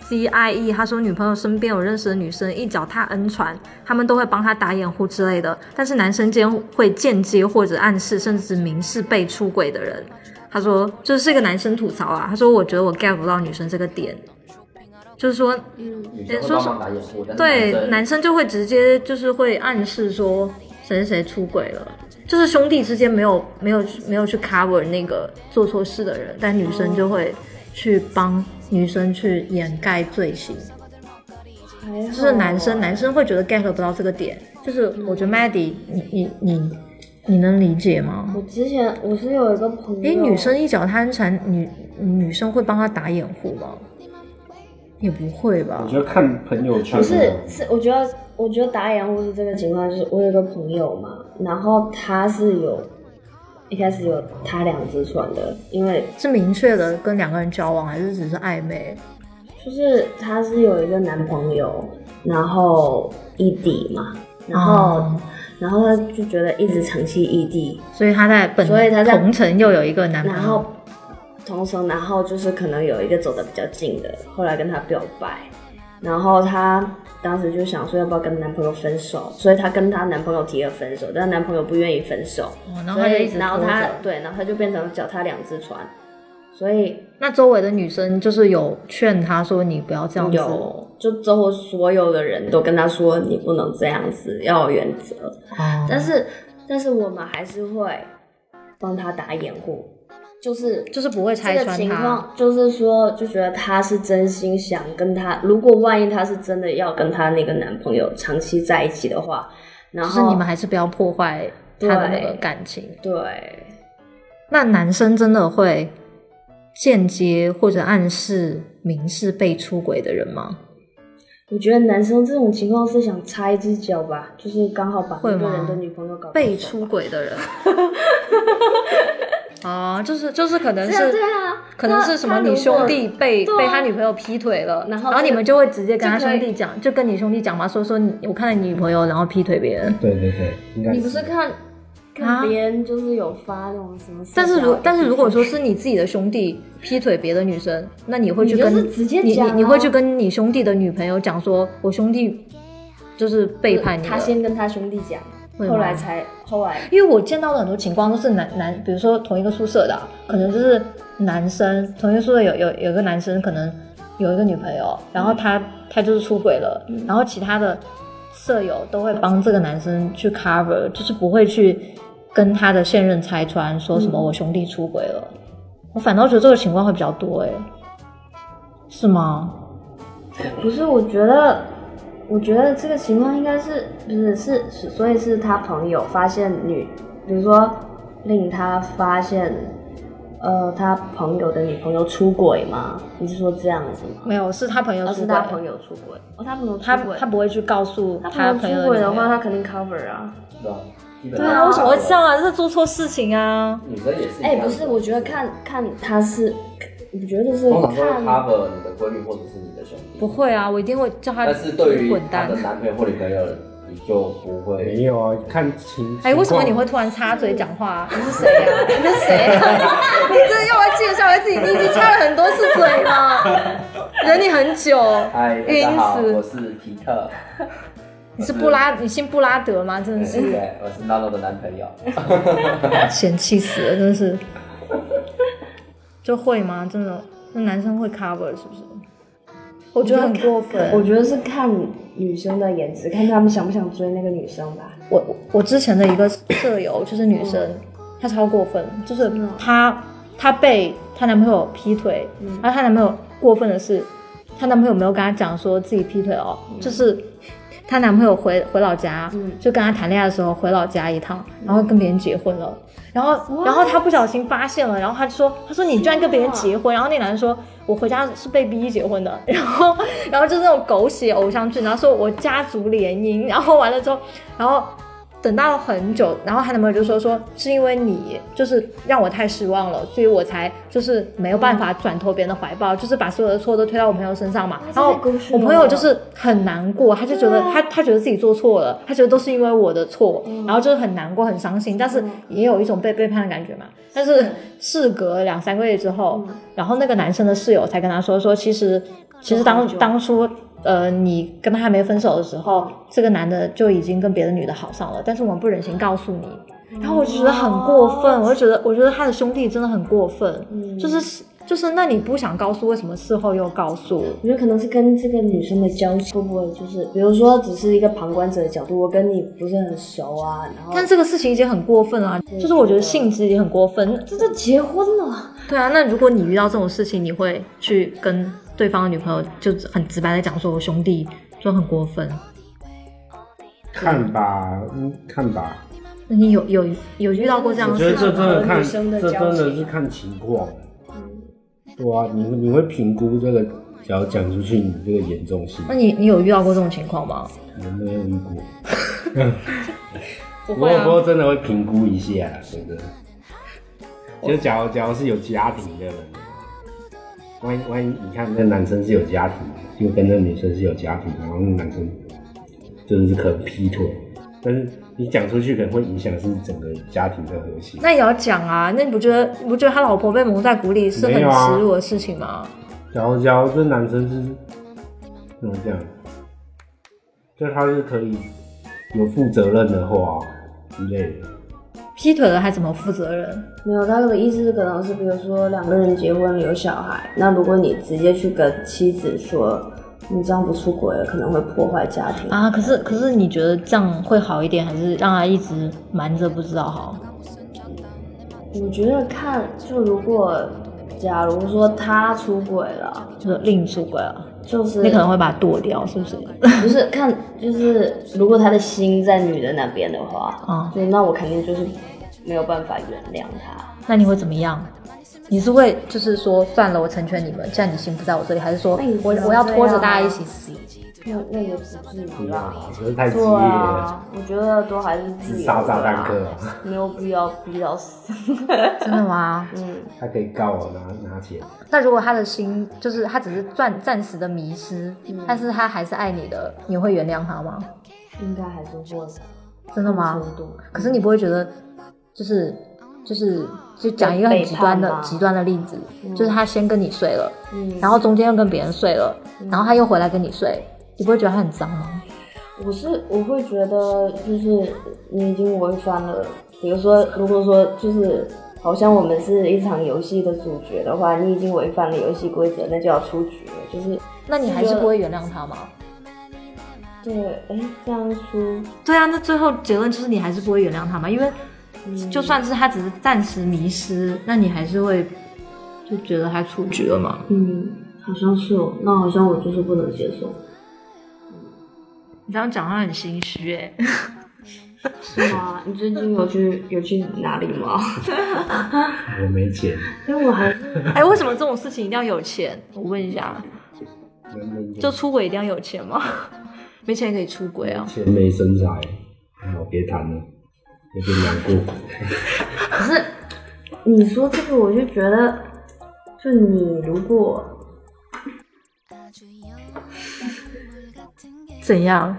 ，G I E 他说女朋友身边有认识的女生一脚踏 N 船，他们都会帮她打掩护之类的，但是男生间会间接或者暗示甚至明示被出轨的人。他说，就是一个男生吐槽啊，他说我觉得我 get 不到女生这个点，就是说
女生会帮忙打掩护，但是
对，
男
男生就会直接就是会暗示说谁谁谁出轨了，就是兄弟之间没有没有没有去 cover 那个做错事的人，但女生就会去帮女生去掩盖罪行，
还好
就是男生男生会觉得 get 不到这个点，就是
嗯
我觉得 Maddy 你你你你能理解吗？
我之前我是有一个朋友，
诶，女生一脚踏船，女女生会帮他打掩护吗？也不会吧
我？
嗯
觉得看朋友圈
不是是，我觉得我觉得打掩护是这个情况，就是我有一个朋友嘛，然后他是有一开始有他两只船的，因为
是明确的跟两个人交往，还是只是暧昧？
就是她是有一个男朋友，然后异地嘛，然后、
哦
然后她就觉得一直长期异地，
所以她在本，
所以她在
同城又有一个男朋
然后
友，
同时然后就是可能有一个走的比较近的，后来跟她表白，然后她当时就想说要不要跟男朋友分手，所以她跟她男朋友提了分手，但男朋友不愿意分手，
哦然后
所
她就一
以
直
然后
拖
她
着
对，然后她就变成脚踏两只船，所以
那周围的女生就是有劝她说你不要这样子，
有，就周围所有的人都跟他说你不能这样子，要有原则。但是，但是我们还是会帮他打掩护，就是
就是不会拆
这个
穿
情
她。
况，就是说，就觉得他是真心想跟他，如果万一他是真的要跟他那个男朋友长期在一起的话，然
就是
后
你们还是不要破坏她的那个
对
感情。
对
那男生真的会间接或者暗示、明示被出轨的人吗？
我觉得男生这种情况是想插一只脚吧，就是刚好把
会
那
吗
个人的女朋友搞
被
出。
出轨 的人。啊，就是就是，可能
对啊
是
对啊
可能是什么
那那
你兄弟被、
如果
被
对啊
他女朋友劈腿了，
然后
然后
这
你
个
们就会直接跟他
就可
兄
以啊
弟讲，就跟你兄弟讲嘛，说说你我看了你女朋友，然后劈腿别人。
对对对，应该
你不是看
啊
看别人就是有发那种什么社交 APP？
但是如但是如果说是你自己的兄弟劈腿别的女生，那你会去跟
你就是直接
你
讲
你
啊
你会去跟你兄弟的女朋友讲说，我兄弟就是背叛你了
他先跟他兄弟讲，
会吗
后来才后来
因为我见到的很多情况都是男男，比如说同一个宿舍的啊，可能就是男生同一个宿舍有有有一个男生可能有一个女朋友，然后他、他就是出轨了，然后其他的舍友都会帮这个男生去 cover，就是不会去跟他的现任拆穿说什么我兄弟出轨了，我反倒觉得这个情况会比较多哎、是吗？
不是，我觉得。我觉得这个情况应该是不是是是，所以是他朋友发现女，比如说令他发现，呃，他朋友的女朋友出轨吗？你是说这样子吗？
没有，是他朋友
而
出
哦是
轨
他，朋友出轨，哦，他朋友出
他
轨，
他不会去告诉
他
朋
朋
友
友
的
出轨
女
的
朋
话，
友
他肯定 cover 啊。
对吧？基本
对
上
啊，为什么会这样啊？这是做错事情啊！
女生也是一
哎、
样的。
不是，我觉得看看他是，我觉得是
通常都会
看
cover 你的闺蜜或者是你的兄弟。
不，会啊，我一定会叫他
但是对于
滚
她
蛋
的。男朋友或女朋友，你就不
没
会。
有啊，看情。
哎，为什么你会突然插嘴讲话、啊？你是谁呀、啊？你是谁、 啊？你这要来介绍来自己，你已经插了很多次嘴 了，忍你很久。
嗨，大家好，我是皮特，
你是布拉，你姓布拉德吗？真的是
对，我是啊娜娜的男朋友。
嫌弃死了，真的是。就会吗？真的，那男生会 cover 是不是？我觉得很过分。
我觉得是看女生的颜值，看他们想不想追那个女生吧。
我我之前的一个舍友就是女生，她超过分，就是她她被她男朋友劈腿，然后她男朋友过分的是，她男朋友没有跟她讲说自己劈腿哦，就是她男朋友回回老家，
嗯
就跟她谈恋爱的时候回老家一趟，然后跟别人结婚了，然后然后她不小心发现了，然后她就说，她说你居然跟别人结婚，然后那男的说。我回家是被逼结婚的， 然后，然后就是那种狗血偶像剧，然后说我家族联姻，然后完了之后，然后等到很久，然后她男朋友就说说是因为你就是让我太失望了，所以我才就是没有办法转投别人的怀抱，就是把所有的错都推到我朋友身上嘛。然后
哦这太狗血
我
了
朋友就是很难
哦
过，他就觉得他他觉得自己做错了，他觉得都是因为我的错，
嗯
然后就是很难过很伤心，但是也有一种被背叛的感觉嘛。但是事隔两三个月之后，
嗯
然后那个男生的室友才跟他说说，其实其实当
就好久
当初呃你跟他还没分手的时候，这个男的就已经跟别的女的好上了，但是我们不忍心告诉你。然后我就觉得很过分，我就觉得我觉得他的兄弟真的很过分，就是就是那你不想告诉，为什么事后又告诉？
我觉得可能是跟这个女生的交情会不会就是，比如说只是一个旁观者的角度，我跟你不是很熟啊，然后
但这个事情已经很过分了、啊就是我觉得性质也很过分。
这就结婚了，
对啊，那如果你遇到这种事情，你会去跟对方的女朋友就很直白的讲说，我兄弟就很过分。
看吧，嗯，看吧。
那你有有有遇到过这样
哦
我
的
觉得
事
这
情？
真的看，
啊女生的
这真
交情嗯
的是看情况。啊对啊，你你会评估这个，只要讲出去，你这个严重性
那，你你有遇到过这种情况吗？
我没有遇过。
不啊
不过不过真的会评估一下，真的。就假如假如是有家庭的人，万一万一你看那男生是有家庭，又跟那女生是有家庭，然后那男生就是可能劈腿，但是你讲出去可能会影响是整个家庭的和谐。
那也要讲啊，那你不觉得你不觉得他老婆被蒙在鼓里是很
没有啊
耻辱的事情吗？
假如假如这男生是怎么讲，就他是可以有负责任的话之类的。
劈腿了还怎么负责任？
没有，他的意思是可能是比如说两个人结婚有小孩，那如果你直接去跟妻子说你丈夫出轨了，可能会破坏家庭。
啊，可是可是你觉得这样会好一点，还是让他一直瞒着不知道好？
我觉得看，就如果假如说他出轨了，
就是另出轨啊，
就是
你可能会把他剁掉，是不 是？
不是看，就是如果他的心在女人那边的话，
嗯
就那我肯定就是没有办法原谅他。
那你会怎么样？你是会就是说算了，我成全你们，既然你心不在我这哎里，还是说
那你
我
只能
我要
这
拖着
样
大家
啊
一起死？
那那也不至于吧？
哇，真的太激
对
烈了，
啊，我觉得都还是自
是
由
杀
的
炸弹
啦，
客啊。
没有必要逼到 死。
真的吗？
嗯，
他可以告我拿拿钱，
那如果他的心就是他只是暂暂时的迷失，但是他还是爱你的，你会原谅他吗？
应该还是会
真的吗？
冲动。
可是你不会觉得，就是就是就讲一个很极端
背
的
叛吧
极端的例子，就是他先跟你睡了，
嗯，
然后中间又跟别人睡了，然后他又回来跟你睡，你不会觉得他很脏吗？
我是我会觉得就是你已经违反了，比如说如果说就是好像我们是一场游戏的主角的话，你已经违反了游戏规则，那就要出局了。就是
那你还是不会原谅他吗？
对，哎，这样说，
对啊，那最后结论就是你还是不会原谅他嘛，因为就算是他只是暂时迷失，那你还是会就觉得他出局了嘛。
嗯，好像是哦，那好像我就是不能 接受，
你这样讲他很心虚哎、
是吗？你最近有去有去哪里吗？
我没钱，
因为我还是
哎、为什么这种事情一定要有钱？我问一下，
能不能
就出轨一定要有钱吗？ 没钱也可以出轨啊。
钱没身材，我别谈了，有点难过。
可是你说这个，我就觉得，就你如果
怎样？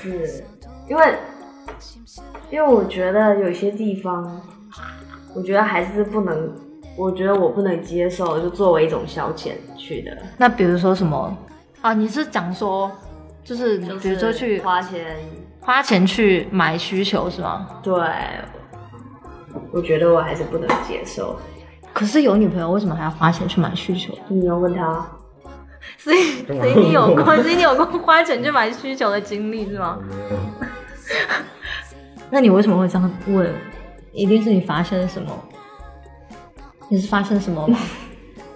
是因为，因为我觉得有些地方，我觉得还是不能，我觉得我不能接受，就作为一种消遣去的，
那比如说什么啊？你是讲说，就是
就
比如说
是
去
花钱，
花钱去买需求是吗？
对，我觉得我还是不能接受。
可是有女朋友，为什么还要花钱去买需求？
你要问他，
所以，所以你有过， 所以你有过花钱去买需求的经历是吗？ 那你为什么会这样问？一定是你发生了什么？你是发生什 么吗？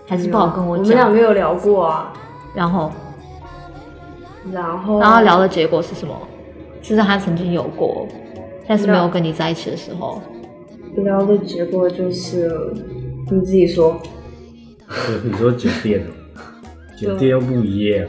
还是不好跟
我
我
们俩
讲？
没有聊过啊，
然后，
然后
然后聊的结果是什么？就是他曾经有过，但是没有跟你在一起的时候，
聊的结果就是你自己说，
你说酒店哦，酒店又不一样，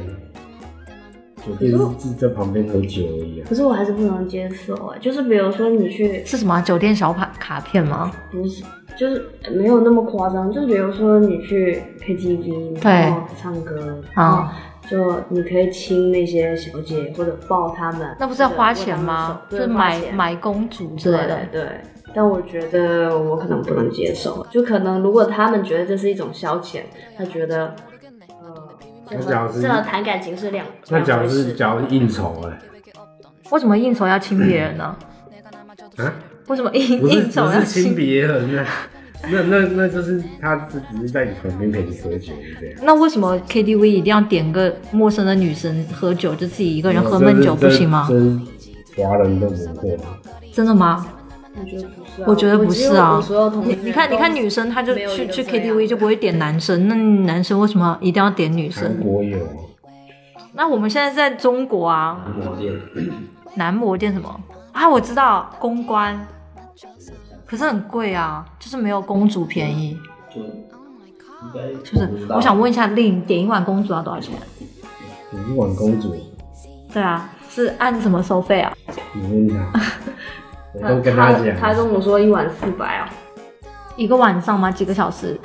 酒店是在旁边喝酒而已啊。
可是我还是不能接受啊。就是比如说你去，
是什么啊、酒店小卡卡片吗？
不是，就是没有那么夸张。就比如说你去 KTV，
对
然后唱歌，然后就你可以亲那些小姐或者抱她们，
那不是要花钱吗？
或
就
者
是
握她们
买
手对花钱
买公主之类的。
对。对但我觉得我可能不能接受，就可能如果他们觉得这是一种消遣，他觉得，呃，这
那假如
和
是
这
啊
和谈感情是两
那
两
假
回
如是
事。
假如是应酬哎、
为什么应酬要亲别人 呢？
啊，
为什么应
不是
应酬啊
不
要
是亲？别人啊，那那那就是他只只是在你旁边陪你喝酒是这样。
那为什么 KTV 一定要点个陌生的女生喝酒，就自己一个人喝
这
闷
是
酒不行吗？
这这是华人的文化，
真的吗？
我觉得不是、啊，
我觉得不
只有
是啊
我所有同
你
学
你看，
都
你看女生，她就
没有一
去
个
去
这样
KTV 就不会点男生，那男生为什么一定要点女
韩
生？
国有，啊
那我们现在在中国啊，
魔戒
男模店什么啊？我知道公关，可是很贵啊，就是没有公主便宜。
就应该
就是
不知道
我想问一下令，点一碗公主要多少钱？
你晚公主，
对啊，是按什么收费啊？
你问他，
啊
我都跟他讲，
他跟我说一晚四百啊，
一个晚上吗？几个小时？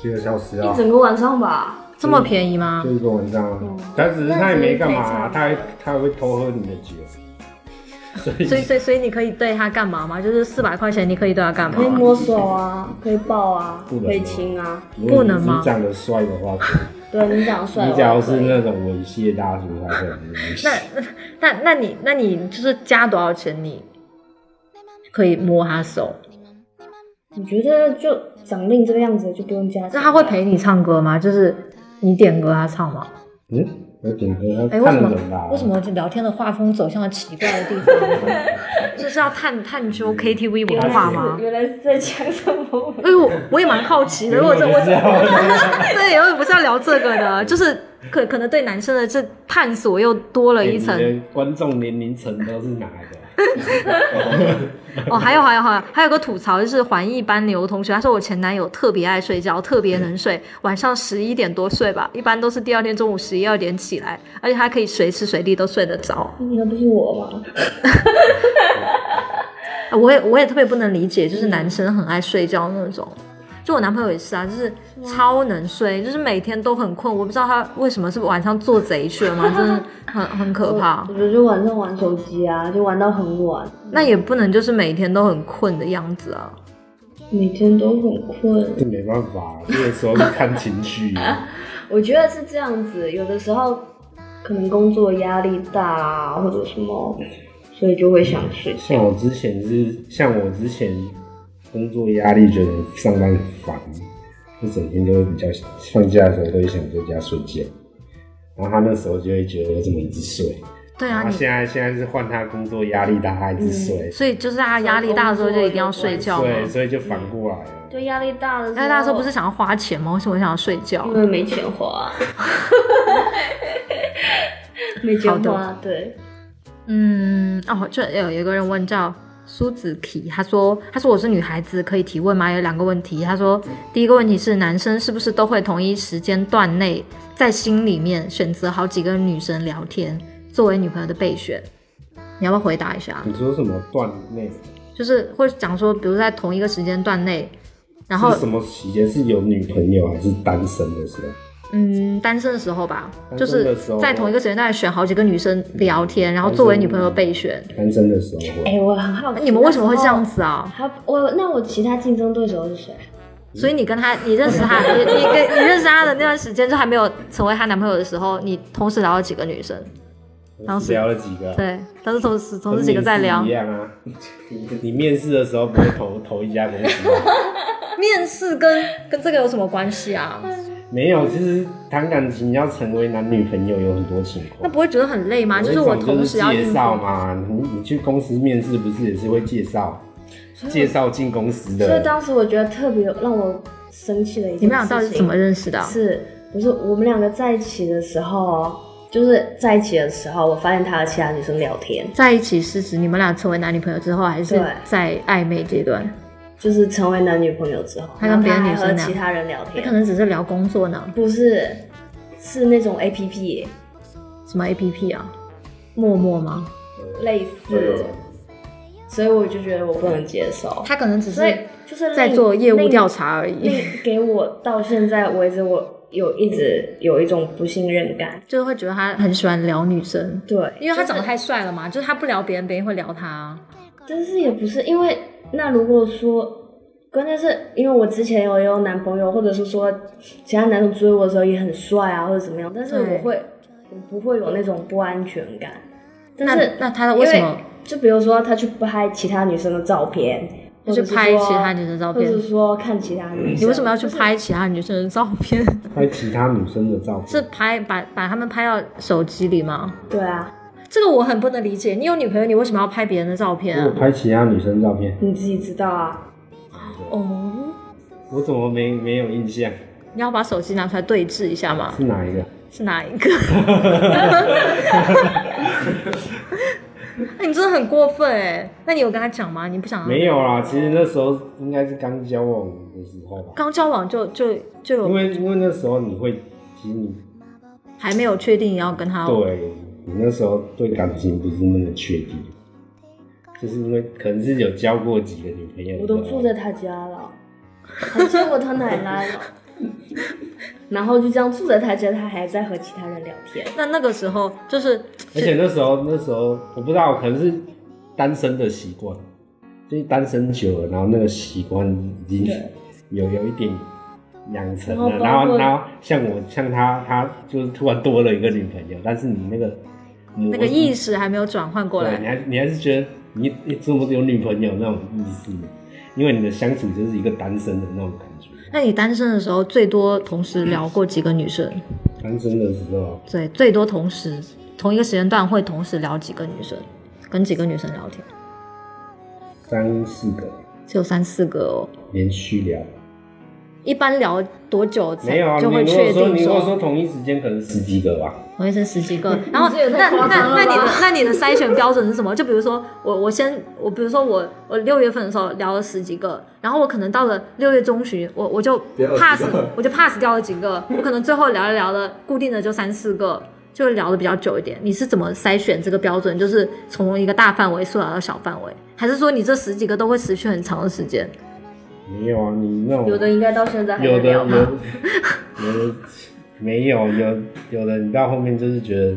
几个小时啊
一，整个晚上吧。
这么便宜吗
就？一个晚上
嗯
啊，他只是他也没干嘛啊、
那
他还他还会偷喝你的酒，所以
所以所以所以你可以对他干嘛吗？就是四百块钱，你可以对他干嘛
可以？摸手啊，可以抱啊，
不能
可以亲啊。
如果
不能吗
你长得帅的话，
对你长得帅，
你假如是
我也可以
那种猥亵大叔，他可能不行
那那那你那你就是加多少钱你可以摸他手？
你觉得就长令这个样子就不用加钱？
那他会陪你唱歌吗？就是你点歌他唱吗？
嗯，我点歌，
哎、
他
为
看
什
得
么
懂啊吧？
为什么聊天的画风走向了奇怪的地方？ 就是要探探究
嗯
KTV 文化吗？
原来是在讲什么？
哎呦，我也蛮好奇的。如果这我对，我也不是要聊这个的，就是可可能对男生的这探索又多了 一层。
哎你的观众年龄层都是哪个？
哦，还有还有还有还有个吐槽就是环艺班牛同学，他说我前男友特别爱睡觉，特别能 睡，晚上十一点多睡吧，一般都是第二天中午十一二点起来，而且他可以随时随地都睡得着。
那不是我吗？
啊我也我也特别不能理解，就是男生很爱睡觉那种。就我男朋友也是啊，就是超能睡，就是每天都很困，我不知道他为什么是晚上做贼去了吗？真的很很可怕
我。觉得就晚上玩手机啊，就玩到很晚，
那也不能就是每天都很困的样子啊。
每天都很困。
这没办法，啊这个时候是看情绪。啊
我觉得是这样子，有的时候可能工作压力大啊，或者什么，所以就会想睡
像
觉。
我之前是，像我之前工作压力觉得上班很烦，就整天就会比较放假的时候都会想在家睡觉。然后他那时候就会觉得我怎么一直睡，
对
然
啊，
后
你
现在现在是换他工作压力大，他一直睡，
所以就是大家压力大的时候就一定要睡觉嘛。
对，所以就反过来了。
对压力大的时候，
哎，大家说不是想要花钱吗？为什么想要睡觉啊
因？为没钱 花，没钱
好
花
的，
对，
嗯，哦，这有有一个人问叫苏子提，他说他说我是女孩子，可以提问吗？有两个问题，他说第一个问题是男生是不是都会同一时间段内在心里面选择好几个女生聊天作为女朋友的备选？你要不要回答一下？
你说什么断内？
就是会讲说，比如在同一个时间段内，然后
是什么期间是有女朋友还是单身的时候？
嗯，单身的时候吧，就
单身
是
的时候
在同一个时间段选好几个女生聊天，然后作为女朋友备选。
单身的时候会。
哎、我很好奇，
你们为什么会这样？子啊？
他我那我其他竞争对手是谁？
所以你跟他，你认识他，你你跟你认识他的那段时间，就还没有成为她男朋友的时候，你同时聊了几个女生？当时
聊了几个，
对，都是同时同时几个在聊
跟面试一。样啊。 你面试的时候不会投投一家公司吗？
面试跟跟这个有什么关系啊？
没有，其实谈感情要成为男女朋友有很多情
那
况。
不会觉得很累吗？
有
就
一
是
种
我同时要
就是
应
介绍
付。
嘛，你你去公司面试不是也是会介绍，介绍进公司
所以
的。
当时我觉得特别让我生气的一件事情，
你们俩到底是怎么认识的啊？
是不是我们两个在一起的时候，就是在一起的时候，我发现他和其他女生聊天，
在一起是指你们俩成为男女朋友之后，还是
对
在暧昧阶段？
就是成为男女朋友之后，
他
然
跟
后
别的女
还和
生聊
其他人聊
他可
天，
能只是聊工作呢，
不是，是那种 A P P，、
什么 A P P 啊，陌陌吗？
类似，所以我就觉得我不能接受。
他可能只
所以
是
就是
在
令
做业务调。查而
令
已，
令给我到现在为止，我有一直有一种不信任感。
就是会觉得他很喜欢聊女生，
对，
因为他长得太帅了嘛，就是他不聊别人，别人会聊他。啊
但是也不是因为那如果说。关键是因为我之前有有男朋友，或者是说其他男生追我的时候也很帅啊，或者怎么样，但是
对
我会我不会有那种不安全感。但
那
是
那他为什么？
就比如说他去拍其他女生的照片，或者
就是拍
说
其他女生照
或
片
者是说看其他女生。
你为什么要去拍其他女生的照片？
拍其他女生的照片，
是拍把把他们拍到手机里吗？
对啊，
这个我很不能理解。你有女朋友，你为什么要拍别人的照片
我
啊？
拍其他女生照片，
你自己知道啊。
哦，
我怎么没没有印象？
你要把手机拿出来对峙一下嘛？
是哪一个？
是哪一个？ 哎，你真的很过分哎！那你有跟他讲吗？你不想啊
没有啦，其实那时候应该是刚交往的时候吧，
刚交往就就就
因
有
为因为那时候你会，其实你
还没有确定你要跟他
对你那时候对感情不是那么确定，就是因为可能是有交过几个女朋友，
我都
你知道
住
吗
在他家了，还见过他奶奶 了， 然后就这样住在他家，他还在和其他人聊天。
那那个时候就是
而且那时候那时候我不知道，可能是单身的习惯，就是单身久了，然后那个习惯已经有有一点养成了，
然
然
后包
后
括
然后像我像他他就是突然多了一个女朋友，但是你那个模
那个意识还没有转换过
对，
来
你。还你还是觉得你你怎么有女朋友那种意思，因为你的相处就是一个单身的那种感觉。
那你单身的时候，最多同时聊过几个女生？
单身的时候，
对，最多同时同一个时间段会同时聊几个女生，跟几个女生聊天，
三四个
只有三四个哦。
连续聊，
一般聊多久才
没有啊？
就会
你如果
确
说
定
你如果说
说
同一时间可能十几个吧，
我会生十几 个？然后
这也
那
太
那
夸张了
那你的
吧
那你的筛选标准是什么？就比如说我我先我比如说我我六月份的时候聊了十几个，然后我可能到了六月中旬，我我就
别有
pass
几个
我就 pass 掉了几个，我可能最后聊一聊了固定的就三四个。就聊的比较久一点，你是怎么筛选这个标准？就是从一个大范围缩小到小范围，还是说你这十几个都会持续很长的时间？
没有啊？你那种
有的应该到现在还在
有的
聊
有
吧。
的有的没有有有的，你到后面就是觉得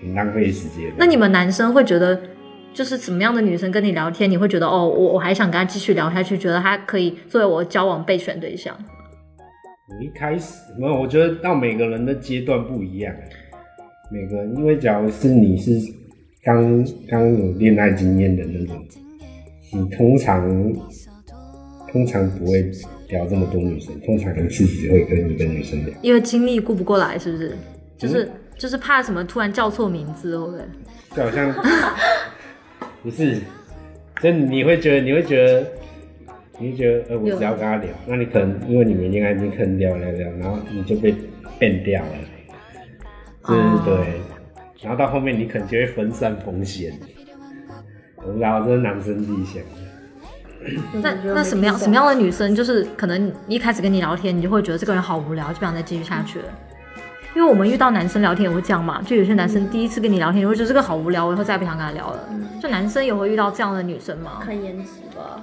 很浪费时间。啊
那你们男生会觉得，就是怎么样的女生跟你聊天，你会觉得哦，我我还想跟她继续聊下去，觉得她可以作为我交往备选对象。
我一开始没有，我觉得到每个人的阶段不一样，啊每个人因为假如是你是刚刚有恋爱经验的那种，你通常通常不会聊这么多女生，通常一次只会跟一个女生聊。
因为精力顾不过来，是不是？就是、就是怕什么突然叫错名字，会不会？
就好像 不是，就你会觉得，你会觉得，你会觉得，呃，我只要跟他聊，那你可能因为你没恋爱，你可能聊聊聊，然后你就被变掉了，对
哦
对对，然后到后面你可能就会分散风险，我不知道，这是男生自己想的。
嗯
那那什么样什么样的女生，就是可能一开始跟你聊天，你就会觉得这个人好无聊，就不想再继续下去了。因为我们遇到男生聊天也会这样嘛，就有些男生第一次跟你聊天，你会觉得这个好无聊，我以后再也不想跟他聊了。就男生也会遇到这样的女生吗？
看颜值吧，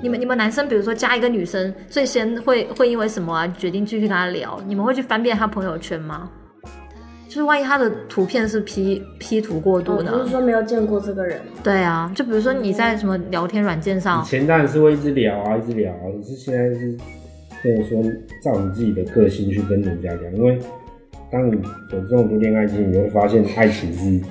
你们你们男生，比如说加一个女生，最先会会因为什么啊决定继续跟她聊？你们会去翻遍她朋友圈吗？就是万一她的图片是 P P 图过
我
度
不哦是
呢？
说没有见过这个人，
对啊，就比如说你在什么聊天软件
以
上，
前当然是会一直聊啊，一直聊、啊，可是现在是跟你说照你自己的个性去跟人家聊，因为当你有这种多恋爱经，你会发现爱情是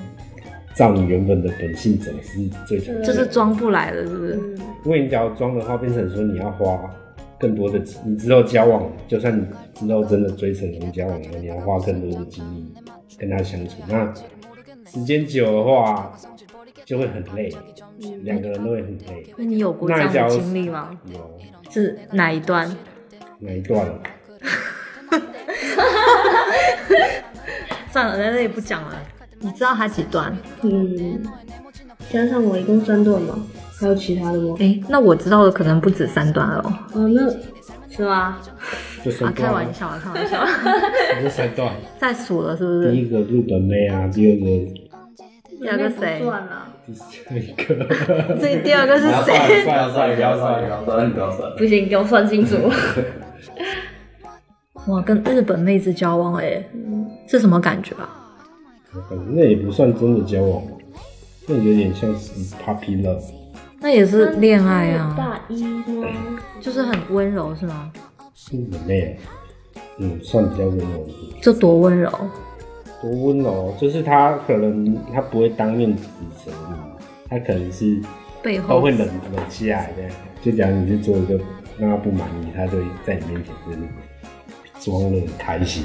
照你原本的本性走是最强的，
就是装不来了，是不是？
嗯，
因为你只要装的话，变成说你要花更多的，你之后交往，就算你之后真的追成功交往了，你要花更多的精力跟他相处，那时间久的话就会很累，两个人都会很累。
那你有过这样的经历吗？
有
是哪一段？
哪一段啊？
算了，在这里不讲了。你知道它几段？
嗯，加上我一共三段嘛，还有其他的吗？
诶，那我知道的可能不止三段了哦，
哦，那
是吗？
就
啊，
三
开
段
玩，笑啊，开玩笑。
我就三段。
再数了 是不
第
是？
一个日本妹啊，第二个
第二个谁
不？算了，
第三个，
这第二个是
不要算
谁？
不要算，不要算，不要算，不要算。
不行，给我算清楚。哇，跟日本妹子交往诶，是什么感觉啊？
反正那也不算真的交往，那有点像是 puppy love。
那也是恋爱啊，
大一吗？
就是很温柔是吗？
日本妹，嗯，算比较温柔一点。
这多温柔，
多温柔，就是她可能她不会当面指责你，她可能是
背
都
后
哦会冷冷起来的。就假如你是做一个让她不满意，她就会在你面前就是装的很开心。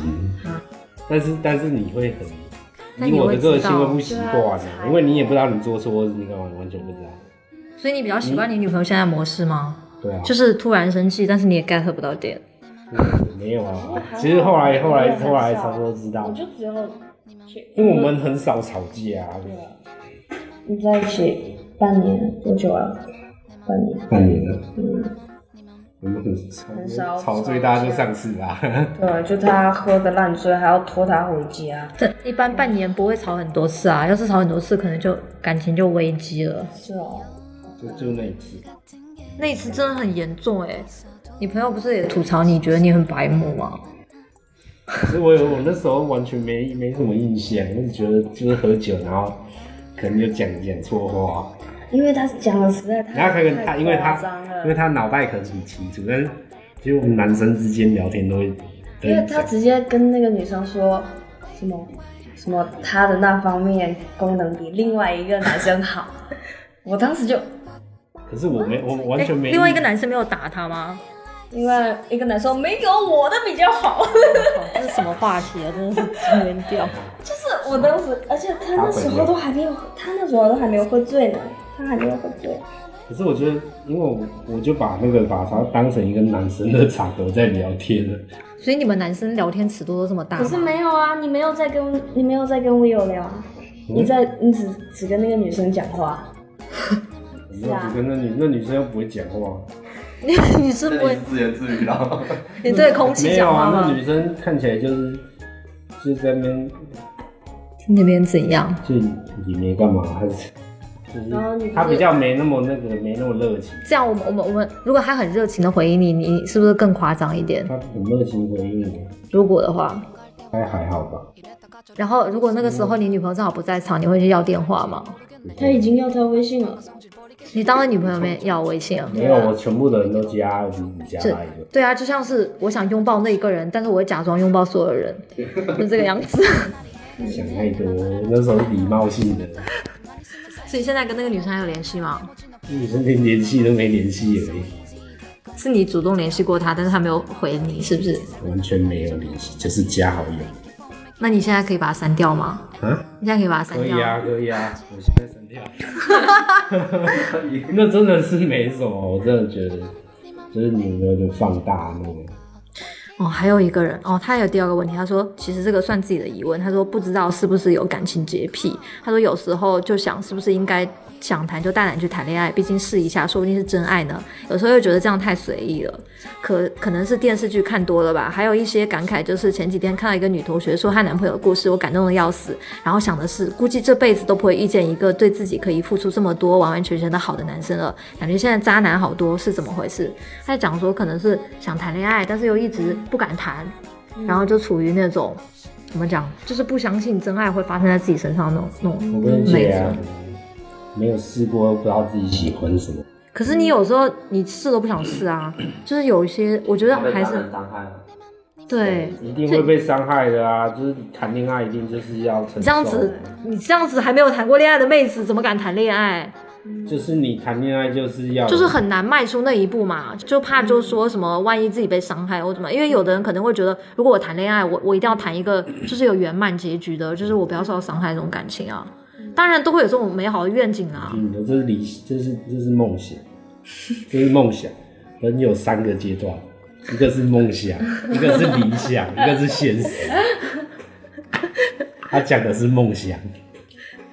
但是但是你会很，
但
以
你
我
会
的
知道
个性会不习惯的
对啊，
因为你也不知道你做错或是你干嘛，完全不知道。
所以你比较习惯你女朋友现在的模式吗？
对啊，
就是突然生气，但是你也 get 不到点。
嗯没有啊。其实后来后来后来差不多知道
我，就只有去，
因为我们很少吵架啊，
你在一起半年多久啊？半年，
半年了，
嗯，
我们很吵
很少
吵最大就上次啊啦。
对，就他喝的烂醉，还要拖他回家，
这一般半年不会吵很多次啊，要是吵很多次，可能就感情就危机了。
是哦，
就就那一次，
那一次真的很严重哎、你朋友不是也吐槽你觉得你很白目吗？
可是我有我那时候完全没没什么印象，我只觉得就是喝酒，然后可能就讲讲错话，
因为他讲的实在太，
然后可能他
太
因为
夸张
他
了
嗯
因为他脑袋可能很清楚，但是其实我们男生之间聊天都会，
因为他直接跟那个女生说什么什么他的那方面功能比另外一个男生好， 我当时就
可是我没我我完全
诶
没、
哎另外一个男生没有打他吗？
另外一个男生没有我的比较好，
靠这是什么话题啊？真的是疯掉！
就是我当时，而且他那时候都还没有，他那时候都还没有喝醉呢，他还没有喝醉，
可是我觉得，因为我我就把那个把它当成一个男生的场合在聊天了，
所以你们男生聊天尺度都这么大
可是
吗？
没有啊，你没有在跟你没有在跟 Will 聊啊，
嗯
你在你只只跟那个女生讲话，
你又不跟那女那女生又不会讲话，
你 你是不
那
会
你自言自语了，
你对空气
没有
讲话
啊，那
吗？
女生看起来就是就是在那边
那边怎样？
就也没干嘛，她是
然后
就
你
是
不
她比
是
较没那么那个没那么热情，
这样我们我们我们，如果他很热情的回应你，你是不是更夸张一点？
她很热情回应我，
如果的话，
还还好吧，
然后如果那个时候你女朋友正好不在场，你会去要电话吗？
他已经要他微信了，
你当着女朋友面要微信啊？
没有我全部的人都加，我只加
这
她一个。
对啊，就像是我想拥抱那一个人，但是我会假装拥抱所有人，就这个样子。
想太多，那时候是礼貌性的，
所以现在跟那个女生还有联系吗？
女生连联系都没联系而已。
是你主动联系过她，但是她没有回你，是不是？
完全没有联系，就是加好友
那你现在可以把她删掉吗？
啊，
你现在可以把她删
可
掉？
以啊，可以啊，我现在删掉， 那真的是没什么，我真的觉得，就是你们有点放大那个，
哦，还有一个人哦，他有第二个问题，他说其实这个算自己的疑问，他说不知道是不是有感情洁癖，他说有时候就想是不是应该想谈就大胆去谈恋爱，毕竟试一下，说不定是真爱呢。有时候又觉得这样太随意了，可可能是电视剧看多了吧。还有一些感慨就是前几天看到一个女同学说她男朋友的故事，我感动的要死，然后想的是估计这辈子都不会遇见一个对自己可以付出这么多、完完全全的好的男生了，感觉现在渣男好多是怎么回事？他在讲说可能是想谈恋爱，但是又一直不敢谈，然后就处于那种怎么讲，就是不相信真爱会发生在自己身上的那种
我
那
跟
种
你
妹
姐
子。
啊，没有试过，不知道自己喜欢什么，
可是你有时候你试都不想试啊，就是有一些我觉得还是
伤害了。
对。
一定会被伤害的啊！就是谈恋爱一定就是要承受，啊
你这样子，你这样子还没有谈过恋爱的妹子，怎么敢谈恋爱？
就是你谈恋爱就是要
就是很难迈出那一步嘛，就怕就说什么万一自己被伤害或怎么，因为有的人可能会觉得，如果我谈恋爱，我我一定要谈一个就是有圆满结局的，就是我不要受到伤害这种感情啊。
嗯
当然都会有这种美好的愿景啊，
你的嗯这是理，这是这是 梦想，这是梦想。人有三个阶段，一个是梦想，一个是理想，一个是现实。他讲的是梦想。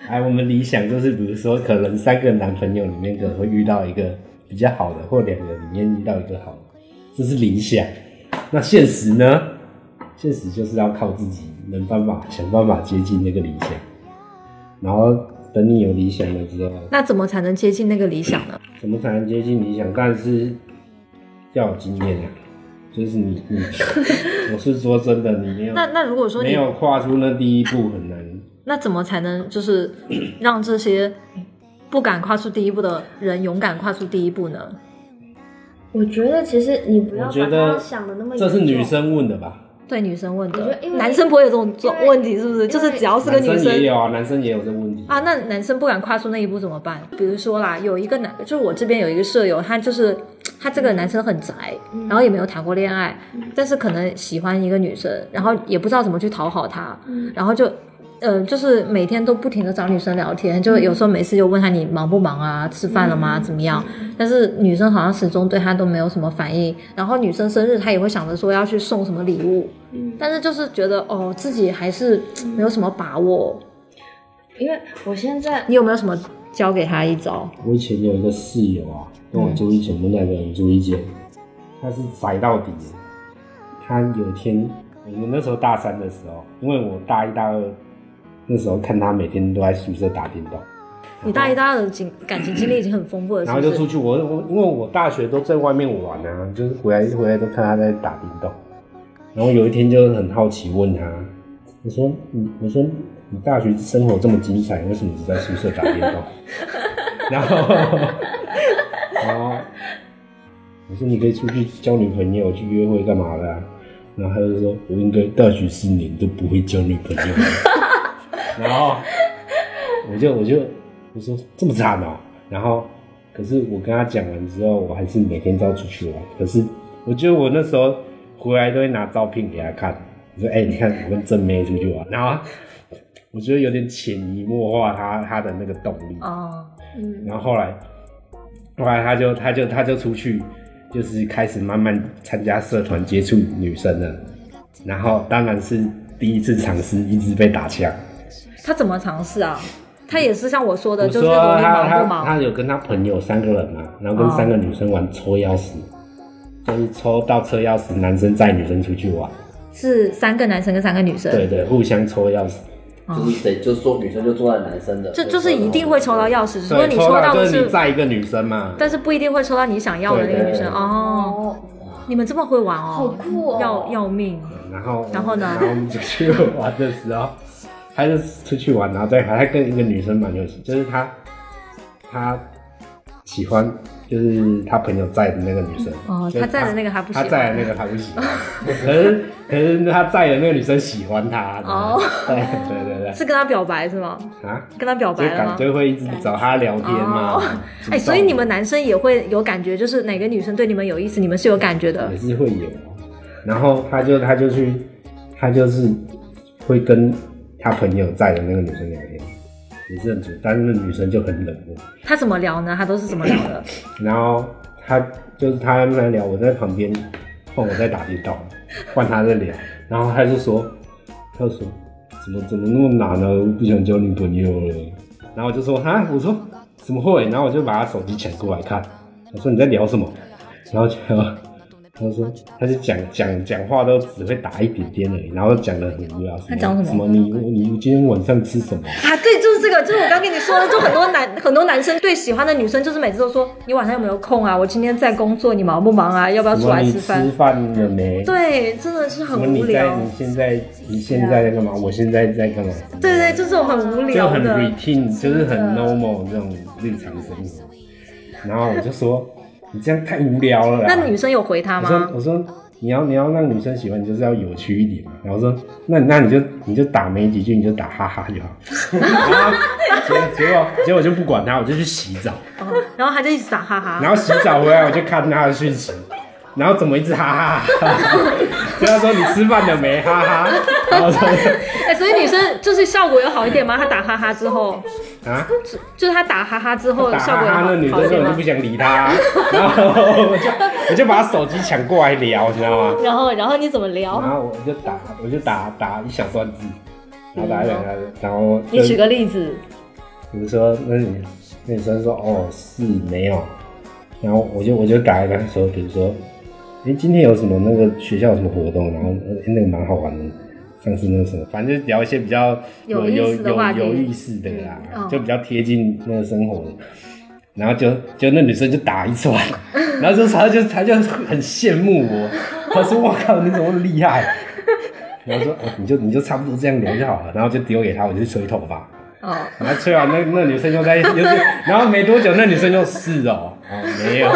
哎，我们理想就是，比如说，可能三个男朋友里面可能会遇到一个比较好的，或两个里面遇到一个好的，这是理想。那现实呢？现实就是要靠自己，能办法想办法接近那个理想。然后等你有理想了之后，
那怎么才能接近那个理想呢？
怎么才能接近理想？但是要有经验啊，就是你 你，我是说真的，你没有
那那如果说
嗯没
你
有跨出那第一步很难。
那怎么才能就是让这些不敢跨出第一步的人勇敢跨出第一步呢？
我觉得其实你不要
我
把
觉得
它想的那么严
这
重。
是女生问的吧？
对女生问
我觉
的
得因，为
男生不会有这种这种
因为
问题，是不是？
为
就是只要是个
男
女
生
生
也有啊，男生也有这个问题
啊，那男生不敢跨出那一步怎么办？比如说啦，有一个男，就是我这边有一个舍友，他就是他这个男生很宅，然后也没有谈过恋爱，但是可能喜欢一个女生，然后也不知道怎么去讨好她，然后就。呃，就是每天都不停的找女生聊天，就有时候没事就问她你忙不忙啊，吃饭了吗，怎么样？但是女生好像始终对他都没有什么反应，然后女生生日他也会想着说要去送什么礼物，但是就是觉得哦自己还是没有什么把握，
因为我现在
你有没有什么教给他一招？
我以前有一个室友啊，跟我住一间，我们两个人住一间，他是宅到底的。他有一天，我们那时候大三的时候，因为我大一大二那时候看他每天都在宿舍打电动，
你大一、大二的经感情经历已经很丰富了，是
然后
不
就出
是？
去，我我因为我大学都在外面玩啊，就是回来回来都看他在打电动，然后有一天就很好奇问他，我说你我说你大学生活这么精彩，为什么只在宿舍打电动？ 然后然后我说你可以出去交女朋友去约会干嘛的、啊？然后他就说我应该大学四年都不会交女朋友，然后。我就我就我说这么惨哦、然后可是我跟他讲完之后，我还是每天都要出去玩。可是我觉得我那时候回来都会拿照片给他看，我说哎、你看我跟正妹出去啊玩，然后我觉得有点潜移默化他他的那个动力。
哦，
然后后来后来他就他就他就出去，就是开始慢慢参加社团接触女生了，然后当然是第一次尝试，一直被打枪。
他怎么尝试啊？他也是像我说的，
我
就
说
是努力
他
忙
啊他
不忙？
他有跟他朋友三个人嘛，然后跟
嗯
三个女生玩抽钥匙，就是抽到车钥匙，男生载女生出去玩，
是三个男生跟三个女生，
对对，互相抽钥匙。
就是谁就说女生就坐在男生的，
就就是一定会抽到钥匙，只不过
对，
你
抽
到
就
的
是
是
你，载一个女生嘛，
但是不一定会抽到你想要的那
对
个
对
女生
对
哦。
哦，
你们这么会玩
好
哦，
酷哦！
要要命！
然后
然后呢
然后我们出去玩的时候，他就出去玩，然后再还他跟一个女生蛮有趣，就是他他喜欢就是他朋友载的那个女生，
哦
就
他
是
载的那个他不喜
他
欢
载的那个他不喜欢， 可是可是他载的那个女生喜欢他，
哦，
对对对 对
是跟他表白是吗？
对，啊。
跟他表
就
白了
感
吗？
觉会一直找他聊天嘛
哦，
主动
哎，所以你们男生也会有感觉，就是哪个女生对你们有意思，你们是有感觉的
也。是会有。啊然后他就他就去，他就是会跟他朋友在的那个女生聊天，也是很主，但是那女生就很冷漠。
他怎么聊呢？他都是怎么聊的？
然后他就是他们在聊，我在旁边，换我在打地 道，换他在聊。然后他就说，他就说怎么怎么那么难呢？我不想交女朋友了。然后我就说哈，我说怎么会？然后我就把他手机抢过来看，我说你在聊什么？然后就他说他就讲讲讲话都只会打一点点而已，然后讲的很无聊。
他讲什么
什么你我你今天晚上吃什么？
啊，对，就是这个，就是我刚跟你说的，就很多男很多男生对喜欢的女生，就是每次都说你晚上有没有空啊？我今天在工作，你忙不忙啊？要不要
什
出
么
来
你
吃
吃
饭？
饭了没？
对，真的是
什
很
么
无
你在
聊
你。现在你现在在干嘛？我现在在干嘛？
对对，就这种很无
就
聊
很
的。
routine，就是很 normal 这种日常生活。然后我就说，你这样太无聊了啦。
那女生有回他
我说
吗？
我说你要你要让女生喜欢，你就是要有趣一点嘛。然后我说那那你就你就打没几句，你就打哈哈就好。 然后结结果结果我就不管他，我就去洗澡。
哦然后他就一直打哈哈。
然后洗澡回来我就看他的讯息，然后怎么一直哈哈哈哈，跟他说你吃饭了没？哈哈，然后说
哎，所以女生就是效果有好一点吗？她打哈哈之后，
啊，
就是她打哈哈之后
打
效
哈
果有
哈
好
那女
好一
生根
点
本就
吗
不？想理他， 然后我就我就把他手机抢过来聊，你知道吗？
哦
嗯
然后然后你怎么聊
然？后我就打我就打打一小段字，然后打一两下，然后就
你举个例子，
比如说那女那女生说哦是没有，然后我就我就打一个说，比如说，诶，今天有什么那个学校有什么活动，然后诶那个蛮好玩的，上次那个什么，反正就聊一些比较
有
有
意思的话题
有有意思的啦，
嗯哦
就比较贴近那个生活的。然后就就那女生就打一串， 然后就她就她就很羡慕我，她说我靠你怎么那么厉害，然后说、哦、你就你就差不多这样留就好了，然后就丢给她，我就去吹头发，
哦，
然后吹完那那女生又在，又是然后没多久那女生就是哦，哦没有，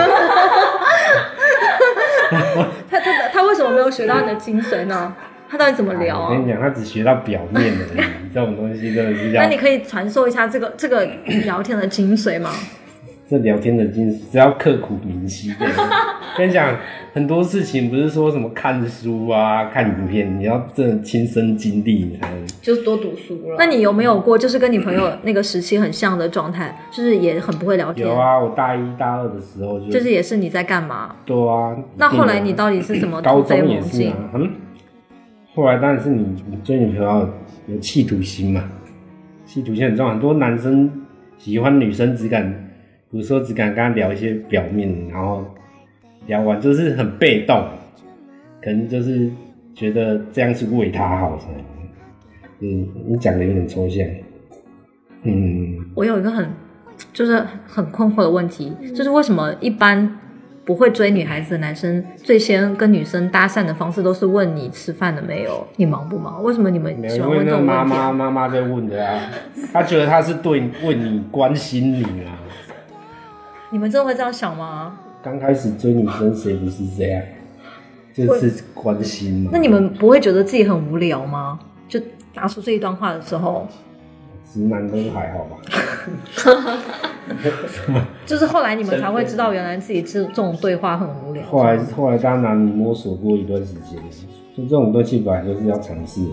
他他他为什么没有学到你的精髓呢？他到底怎么 聊
我
啊？
跟你讲，她只学到表面的，这种东西真的是
那
要
你可以传授一下这个这个聊天的精髓吗？
嗯这聊天的精神，只要刻苦铭心。对跟你讲，很多事情不是说什么看书啊、看影片，你要真的亲身经历你才能。
就是多读书了。
那你有没有过就是跟你朋友那个时期很像的状态，就是也很不会聊天，
有啊，我大一大二的时候就
就是也是你在干嘛？
对啊。
那后来
一定啊
你到底是怎么
高
突飞
中也
猛
是
进
啊？，嗯。后来当然是你你追女朋友有企图心嘛，企图心很重要。很多男生喜欢女生只敢，比如说只敢跟她聊一些表面，然后聊完就是很被动，可能就是觉得这样是为她好什么的。嗯，你讲的有点抽象。嗯，
我有一个很就是很困惑的问题，就是为什么一般不会追女孩子的男生，最先跟女生搭讪的方式都是问你吃饭了没有，你忙不忙？为什么你们
没有，
喜
因
欢
为
问这
那
种
妈
问题
妈
啊？
妈妈在问的啊， 她觉得她是对问你关心你啊。
你们真的会这样想吗？
刚开始追女生谁不是这样？就是关心嘛。
那你们不会觉得自己很无聊吗？就拿出这一段话的时候，
直男都还好吧？
就是后来你们才会知道，原来自己这这种对话很无聊。
后来后来大家男女摸索过一段时间，就这种东西本来就是要尝试的。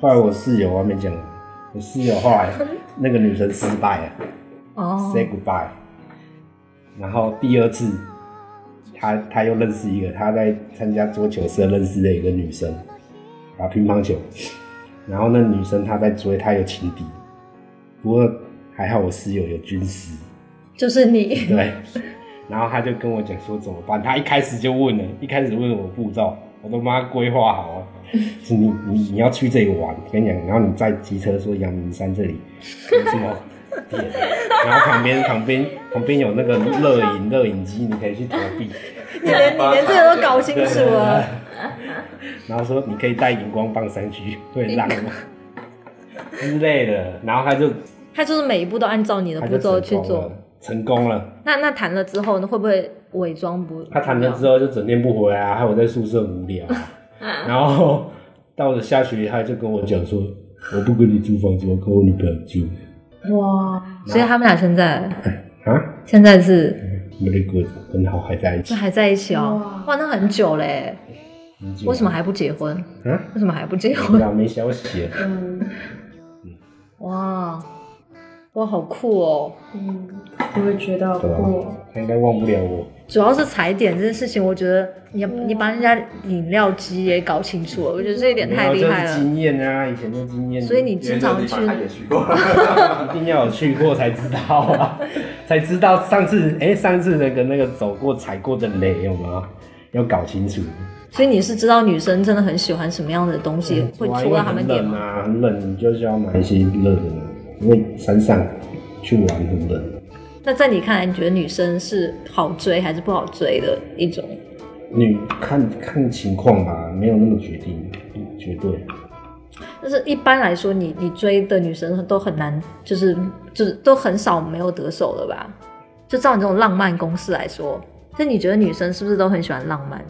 后来我室友我还没讲完，我室友后来那个女生失败了、
哦
s a y goodbye。然后第二次，他他又认识一个，他在参加桌球社认识的一个女生，打乒乓球。然后那女生她在追，她有情敌，不过还好我室友有军师，
就是你，
对。然后他就跟我讲说怎么办，他一开始就问了，一开始问我步骤，我都帮他规划好了，是你你你要去这里玩，跟你讲，然后你再骑车说阳明山这里有什么点， 然后旁边旁边旁边有那个热饮热饮机，你可以去投币，
你连你连这个都搞清楚了。
然后说你可以带荧光棒上去，会 浪吗？之类的，然后他就
他就是每一步都按照你的
他
步
就
骤去
成功
做
了。，成功了。
那那谈了之后呢，会不会伪装不？
他谈了之后就整天不回来、啊，害我在宿舍无聊啊、
嗯
然后到了下学期，他就跟我讲说：“我不跟你租房子，我跟我女朋友住。
哇，
所以他们俩现在”
啊
现在是
，very good，很好，还在一
就
起。
还在一起哦，哇，那很久嘞，
很久
为什么？还不结婚？
啊，
为什么还不结
不
婚
知？道没消息了。
嗯
哇，哇，好酷哦！
嗯，我也觉得
对
过
啊，他应该忘不了我。
主要是踩点这件事情，我觉得你你把人家饮料机也搞清楚了，我觉得这一点太厉害
就是
了。
经验啊，以前的经验。
所以你经常去
因为这个地方他也去过，
一定要有去过才知道啊，才知道上次哎、上次那个那个走过踩过的雷有吗？要搞清楚。
所以你是知道女生真的很喜欢什么样的东西，
嗯
会戳到她们点
冷
吗？
啊，很冷，你就是要买一些热的，因为山上去玩很冷。
那在你看来，你觉得女生是好追还是不好追的一种？
你看看情况吧，没有那么决定，绝对。
但是一般来说，你你追的女生都很难，就是就是都很少没有得手的吧？就照你这种浪漫公式来说，就你觉得女生是不是都很喜欢浪漫，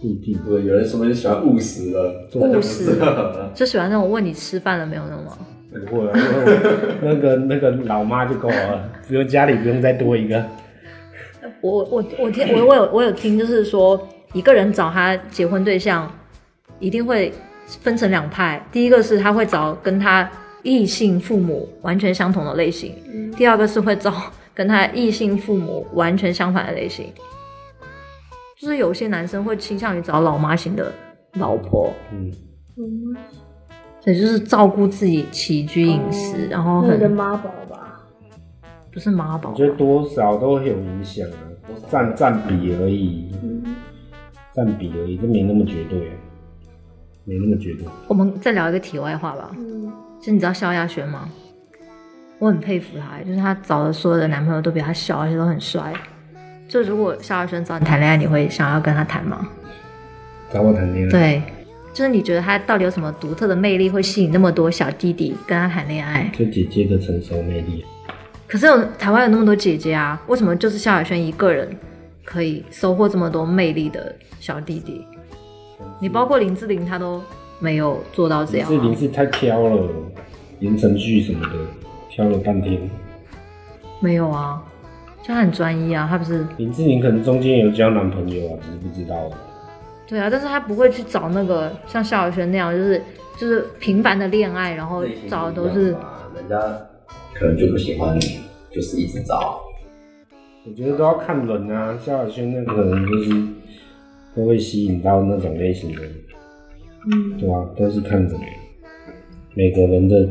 不一定，
对，有人说就喜欢务实的，那就不适合了。
就喜欢那种问你吃饭了没有那种吗？
不会啊，因为我 那个那个老妈就够了，不用家里不用再多一个。
我我我听我我有我有听，就是说一个人找他结婚对象，一定会分成两派。第一个是他会找跟他异性父母完全相同的类型，
嗯
第二个是会找跟他异性父母完全相反的类型。就是有些男生会倾向于找老妈型的老婆，
嗯，
所以就是照顾自己起居饮食，
哦
然后
那你的
很
妈宝吧，
不是妈宝
我
吧，
觉得多少都会有影响啊，占占比而已，
嗯
占比而已，这没那么绝对，啊没那么绝对。
我们再聊一个题外话吧。
嗯，
就你知道萧亚轩吗？我很佩服她，就是她找的所有的男朋友都比她小，而且都很帅。就如果萧亚轩找你谈恋爱，你会想要跟他谈吗？
找我谈恋爱，
对，就是你觉得他到底有什么独特的魅力，会吸引那么多小弟弟跟他谈恋爱？
就姐姐的成熟魅力，啊
可是有台湾有那么多姐姐啊，为什么就是萧亚轩一个人可以收获这么多魅力的小弟弟？你包括林志玲，她都没有做到这
林
样、
志玲
啊，
是太挑了，言承旭什么的，挑了半天。
没有啊，就她很专一啊，她不是
林志玲可能中间有交男朋友啊，只是不知道。
对啊，但是她不会去找那个像萧亚轩那样，就是就是平凡的恋爱，然后找的都是
啊人家可能就不喜欢你，就是一直找。
我觉得都要看人啊，萧亚轩那可能就是都会吸引到那种类型的人，嗯，对啊，都是看人，每个人的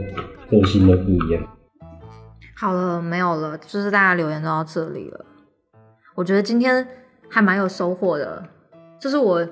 个性都不一样。
好了，没有了，就是大家留言都到这里了。我觉得今天还蛮有收获的，这是我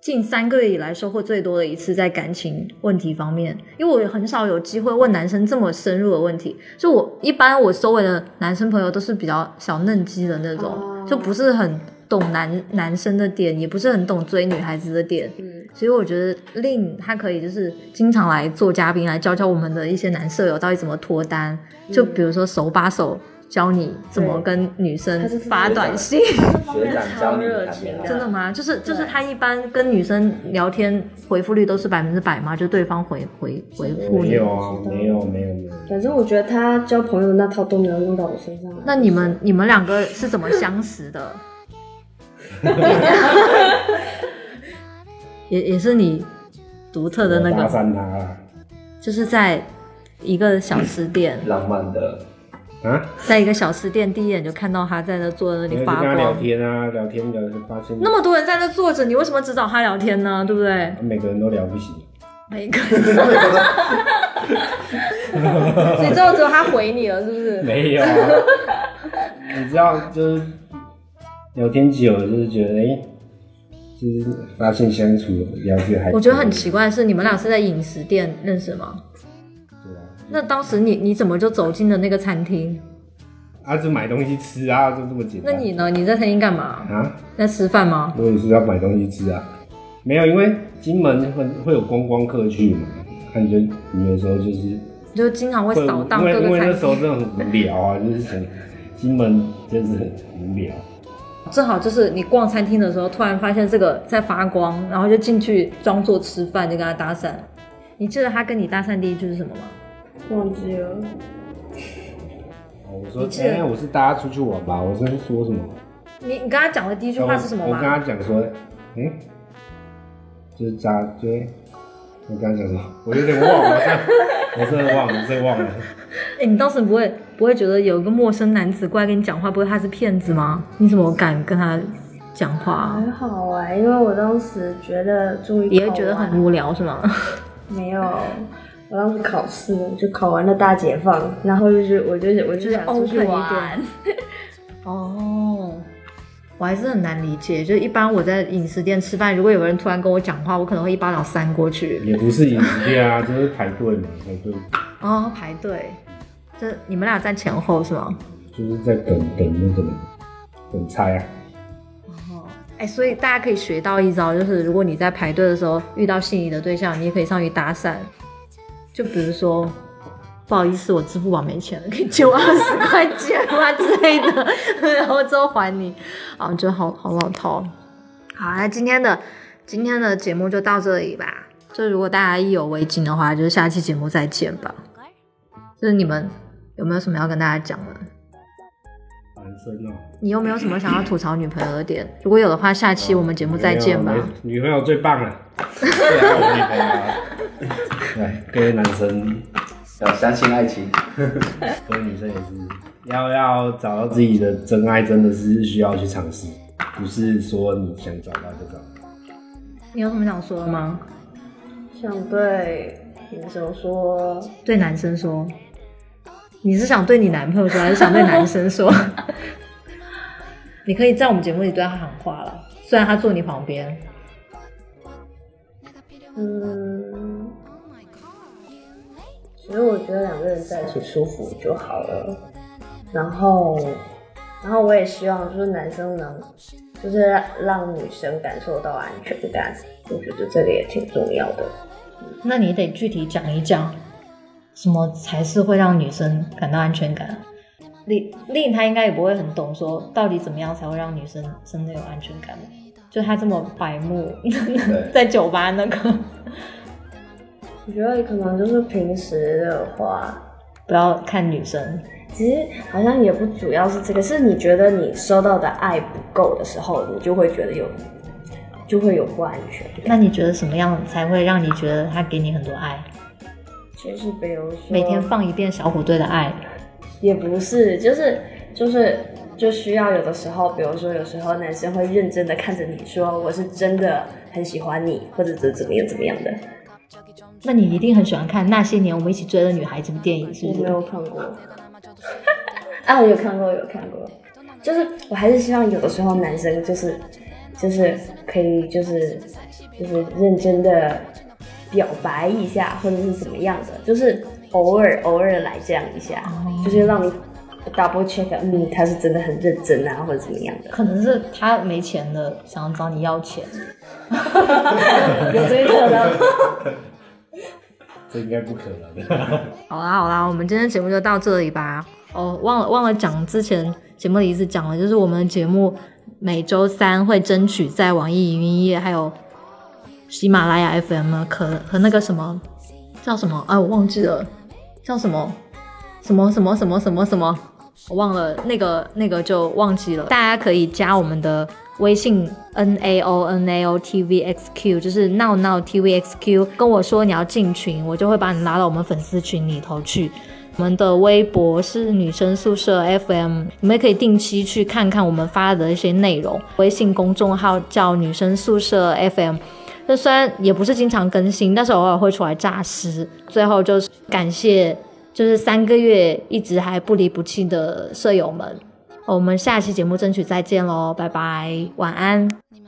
近三个月以来收获最多的一次在感情问题方面，因为我也很少有机会问男生这么深入的问题。就我一般我周围的男生朋友都是比较小嫩鸡的那种，
哦
就不是很懂男男生的点，也不是很懂追女孩子的点。所以我觉得令他可以就是经常来做嘉宾，来教教我们的一些男舍友到底怎么脱单，
嗯
就比如说手把手教你怎么跟女生
他就是
发短 信。
学长教你谈恋爱，
真的吗？就是就是他一般跟女生聊天回复率都是百分之百吗？就对方回回回复
没
你？
有啊，没有没有没有，
反正我觉得他交朋友的那套都没有用到我身上来。
那你们你们两个是怎么相识的？也也是你独特的那
我搭
个，
讪他啊啦
就是在一个小吃店，
浪漫的，
啊，
在一个小吃店，第一眼就看到他在那坐在那
我就
里
跟
发
他聊
光。
天啊，聊天聊天发现，啊
那么多人在那坐着，你为什么只找他聊天呢？对不对？
每个人都聊不起，
每个人，所以最后只有他回你了，是不 是？
没有、啊，你知道就是聊天久了就是觉得哎、就是发现相处聊天还
我觉得很
可以
奇怪的是，你们俩是在饮食店认识吗？
对啊
那当时你你怎么就走进了那个餐厅？
啊，就买东西吃啊，就这么简
那
单。
你呢？你在餐厅干嘛？
啊，
在吃饭吗？
我也是要买东西吃啊。没有，因为金门会会有观光客去嘛，那你就你有时候就是
你就经常会
会
扫荡
因为
各
因
个
为那
餐
时候
厅，
真的很无聊啊， 就是想金门就是很无聊。
正好就是你逛餐厅的时候，突然发现这个在发光，然后就进去装作吃饭，就跟他搭讪。你记得他跟你搭讪第一句是什么吗？
忘记了，
哦我说
你，记得
哎、我是大家出去玩吧，我是说什么？
你你跟他讲的第一句话是什么
我
吗？
跟他讲说，哎、就是渣，就是我跟他讲说，我有点忘了，我真的忘了，我真的忘了。
哎、你当时不会不会觉得有一个陌生男子过来跟你讲话，不会他是骗子吗？你怎么敢跟他讲话、
还好哎、因为我当时觉得终于
也会
考
觉得
完
很无聊是吗？
没有，我当时考试就考完了大解放，然后就是我就我就想出去 玩，
哦，我还是很难理解，就是一般我在饮食店吃饭，如果有人突然跟我讲话，我可能会一巴掌扇过去。
也不是饮食店啊，就是排队嘛，排队
哦，排队，这你们俩站前后是吗？
就是在等等那个等菜啊。
哎，所以大家可以学到一招，就是如果你在排队的时候遇到心仪的对象，你也可以上去搭讪，就比如说。不好意思，我支付宝没钱了，可以借我二十块钱吗 之类的，然后之后还你。啊，我觉得好好老套。哦好，那今天的今天的节目就到这里吧。就如果大家意有未尽的话，就是下期节目再见吧。就是你们有没有什么要跟大家讲的？
男生哦、
你有没有什么想要吐槽女朋友的点？如果有的话，下期我们节目再见吧
没。有。没女朋友最棒了，最爱我女朋友了。 对，啊各位男生
要相信爱情。
各位女生也是，要要找到自己的真爱，真的是需要去尝试，不是说你想找到就找到。
你有什么想说的吗？
想对男生说，
对男生说，你是想对你男朋友说，还是想对男生说？ 你可以在我们节目里对他喊话了，虽然他坐你旁边，
嗯，其实我觉得两个人在一起舒服就好了。然后，然后我也希望就是男生能，就是让女生感受到安全感，我觉得这个也挺重要的。
那你得具体讲一讲，什么才是会让女生感到安全感？令令他应该也不会很懂，说到底怎么样才会让女生真的有安全感？就他这么白目， 在酒吧那个，
我觉得可能就是平时的话，
不要看女生，
其实好像也不主要是这个，是你觉得你收到的爱不够的时候，你就会觉得有，就会有不安全感。
那你觉得什么样才会让你觉得他给你很多爱？
就是比如说
每天放一遍小虎队的爱，
也不是，就是就是就需要有的时候，比如说有时候男生会认真的看着你说我是真的很喜欢你，或者怎怎么样怎么样的。
那你一定很喜欢看《那些年我们一起追的女孩》这部电影，是
我
不
没
是？
有看过， 啊，有看过有看过，就是我还是希望有的时候男生就是就是可以就是就是认真的表白一下，或者是怎么样的，就是偶尔偶尔来这样一下，就是让你 double check，嗯，他是真的很认真啊，或者怎么样的。
可能是他没钱了，想要找你要钱。
有这个的，
这应该不可能。
好啦好啦，我们今天节目就到这里吧。哦，忘了忘了讲，之前节目里一直讲了，就是我们的节目每周三会争取在网易云音乐还有喜马拉雅 FM 可和那个什么叫什么啊，我忘记了，叫什么什么什么什么什么什么，我忘了那个那个就忘记了。大家可以加我们的微信 n a o n a o t v x q，就是闹闹 t v x q，跟我说你要进群，我就会把你拉到我们粉丝群里头去。我们的微博是女生宿舍 FM，你们也可以定期去看看我们发的一些内容。微信公众号叫女生宿舍 FM，那虽然也不是经常更新，但是偶尔会出来诈尸。最后就是感谢，就是三个月一直还不离不弃的舍友们。我们下期节目争取再见喽，拜拜，晚安。
你们。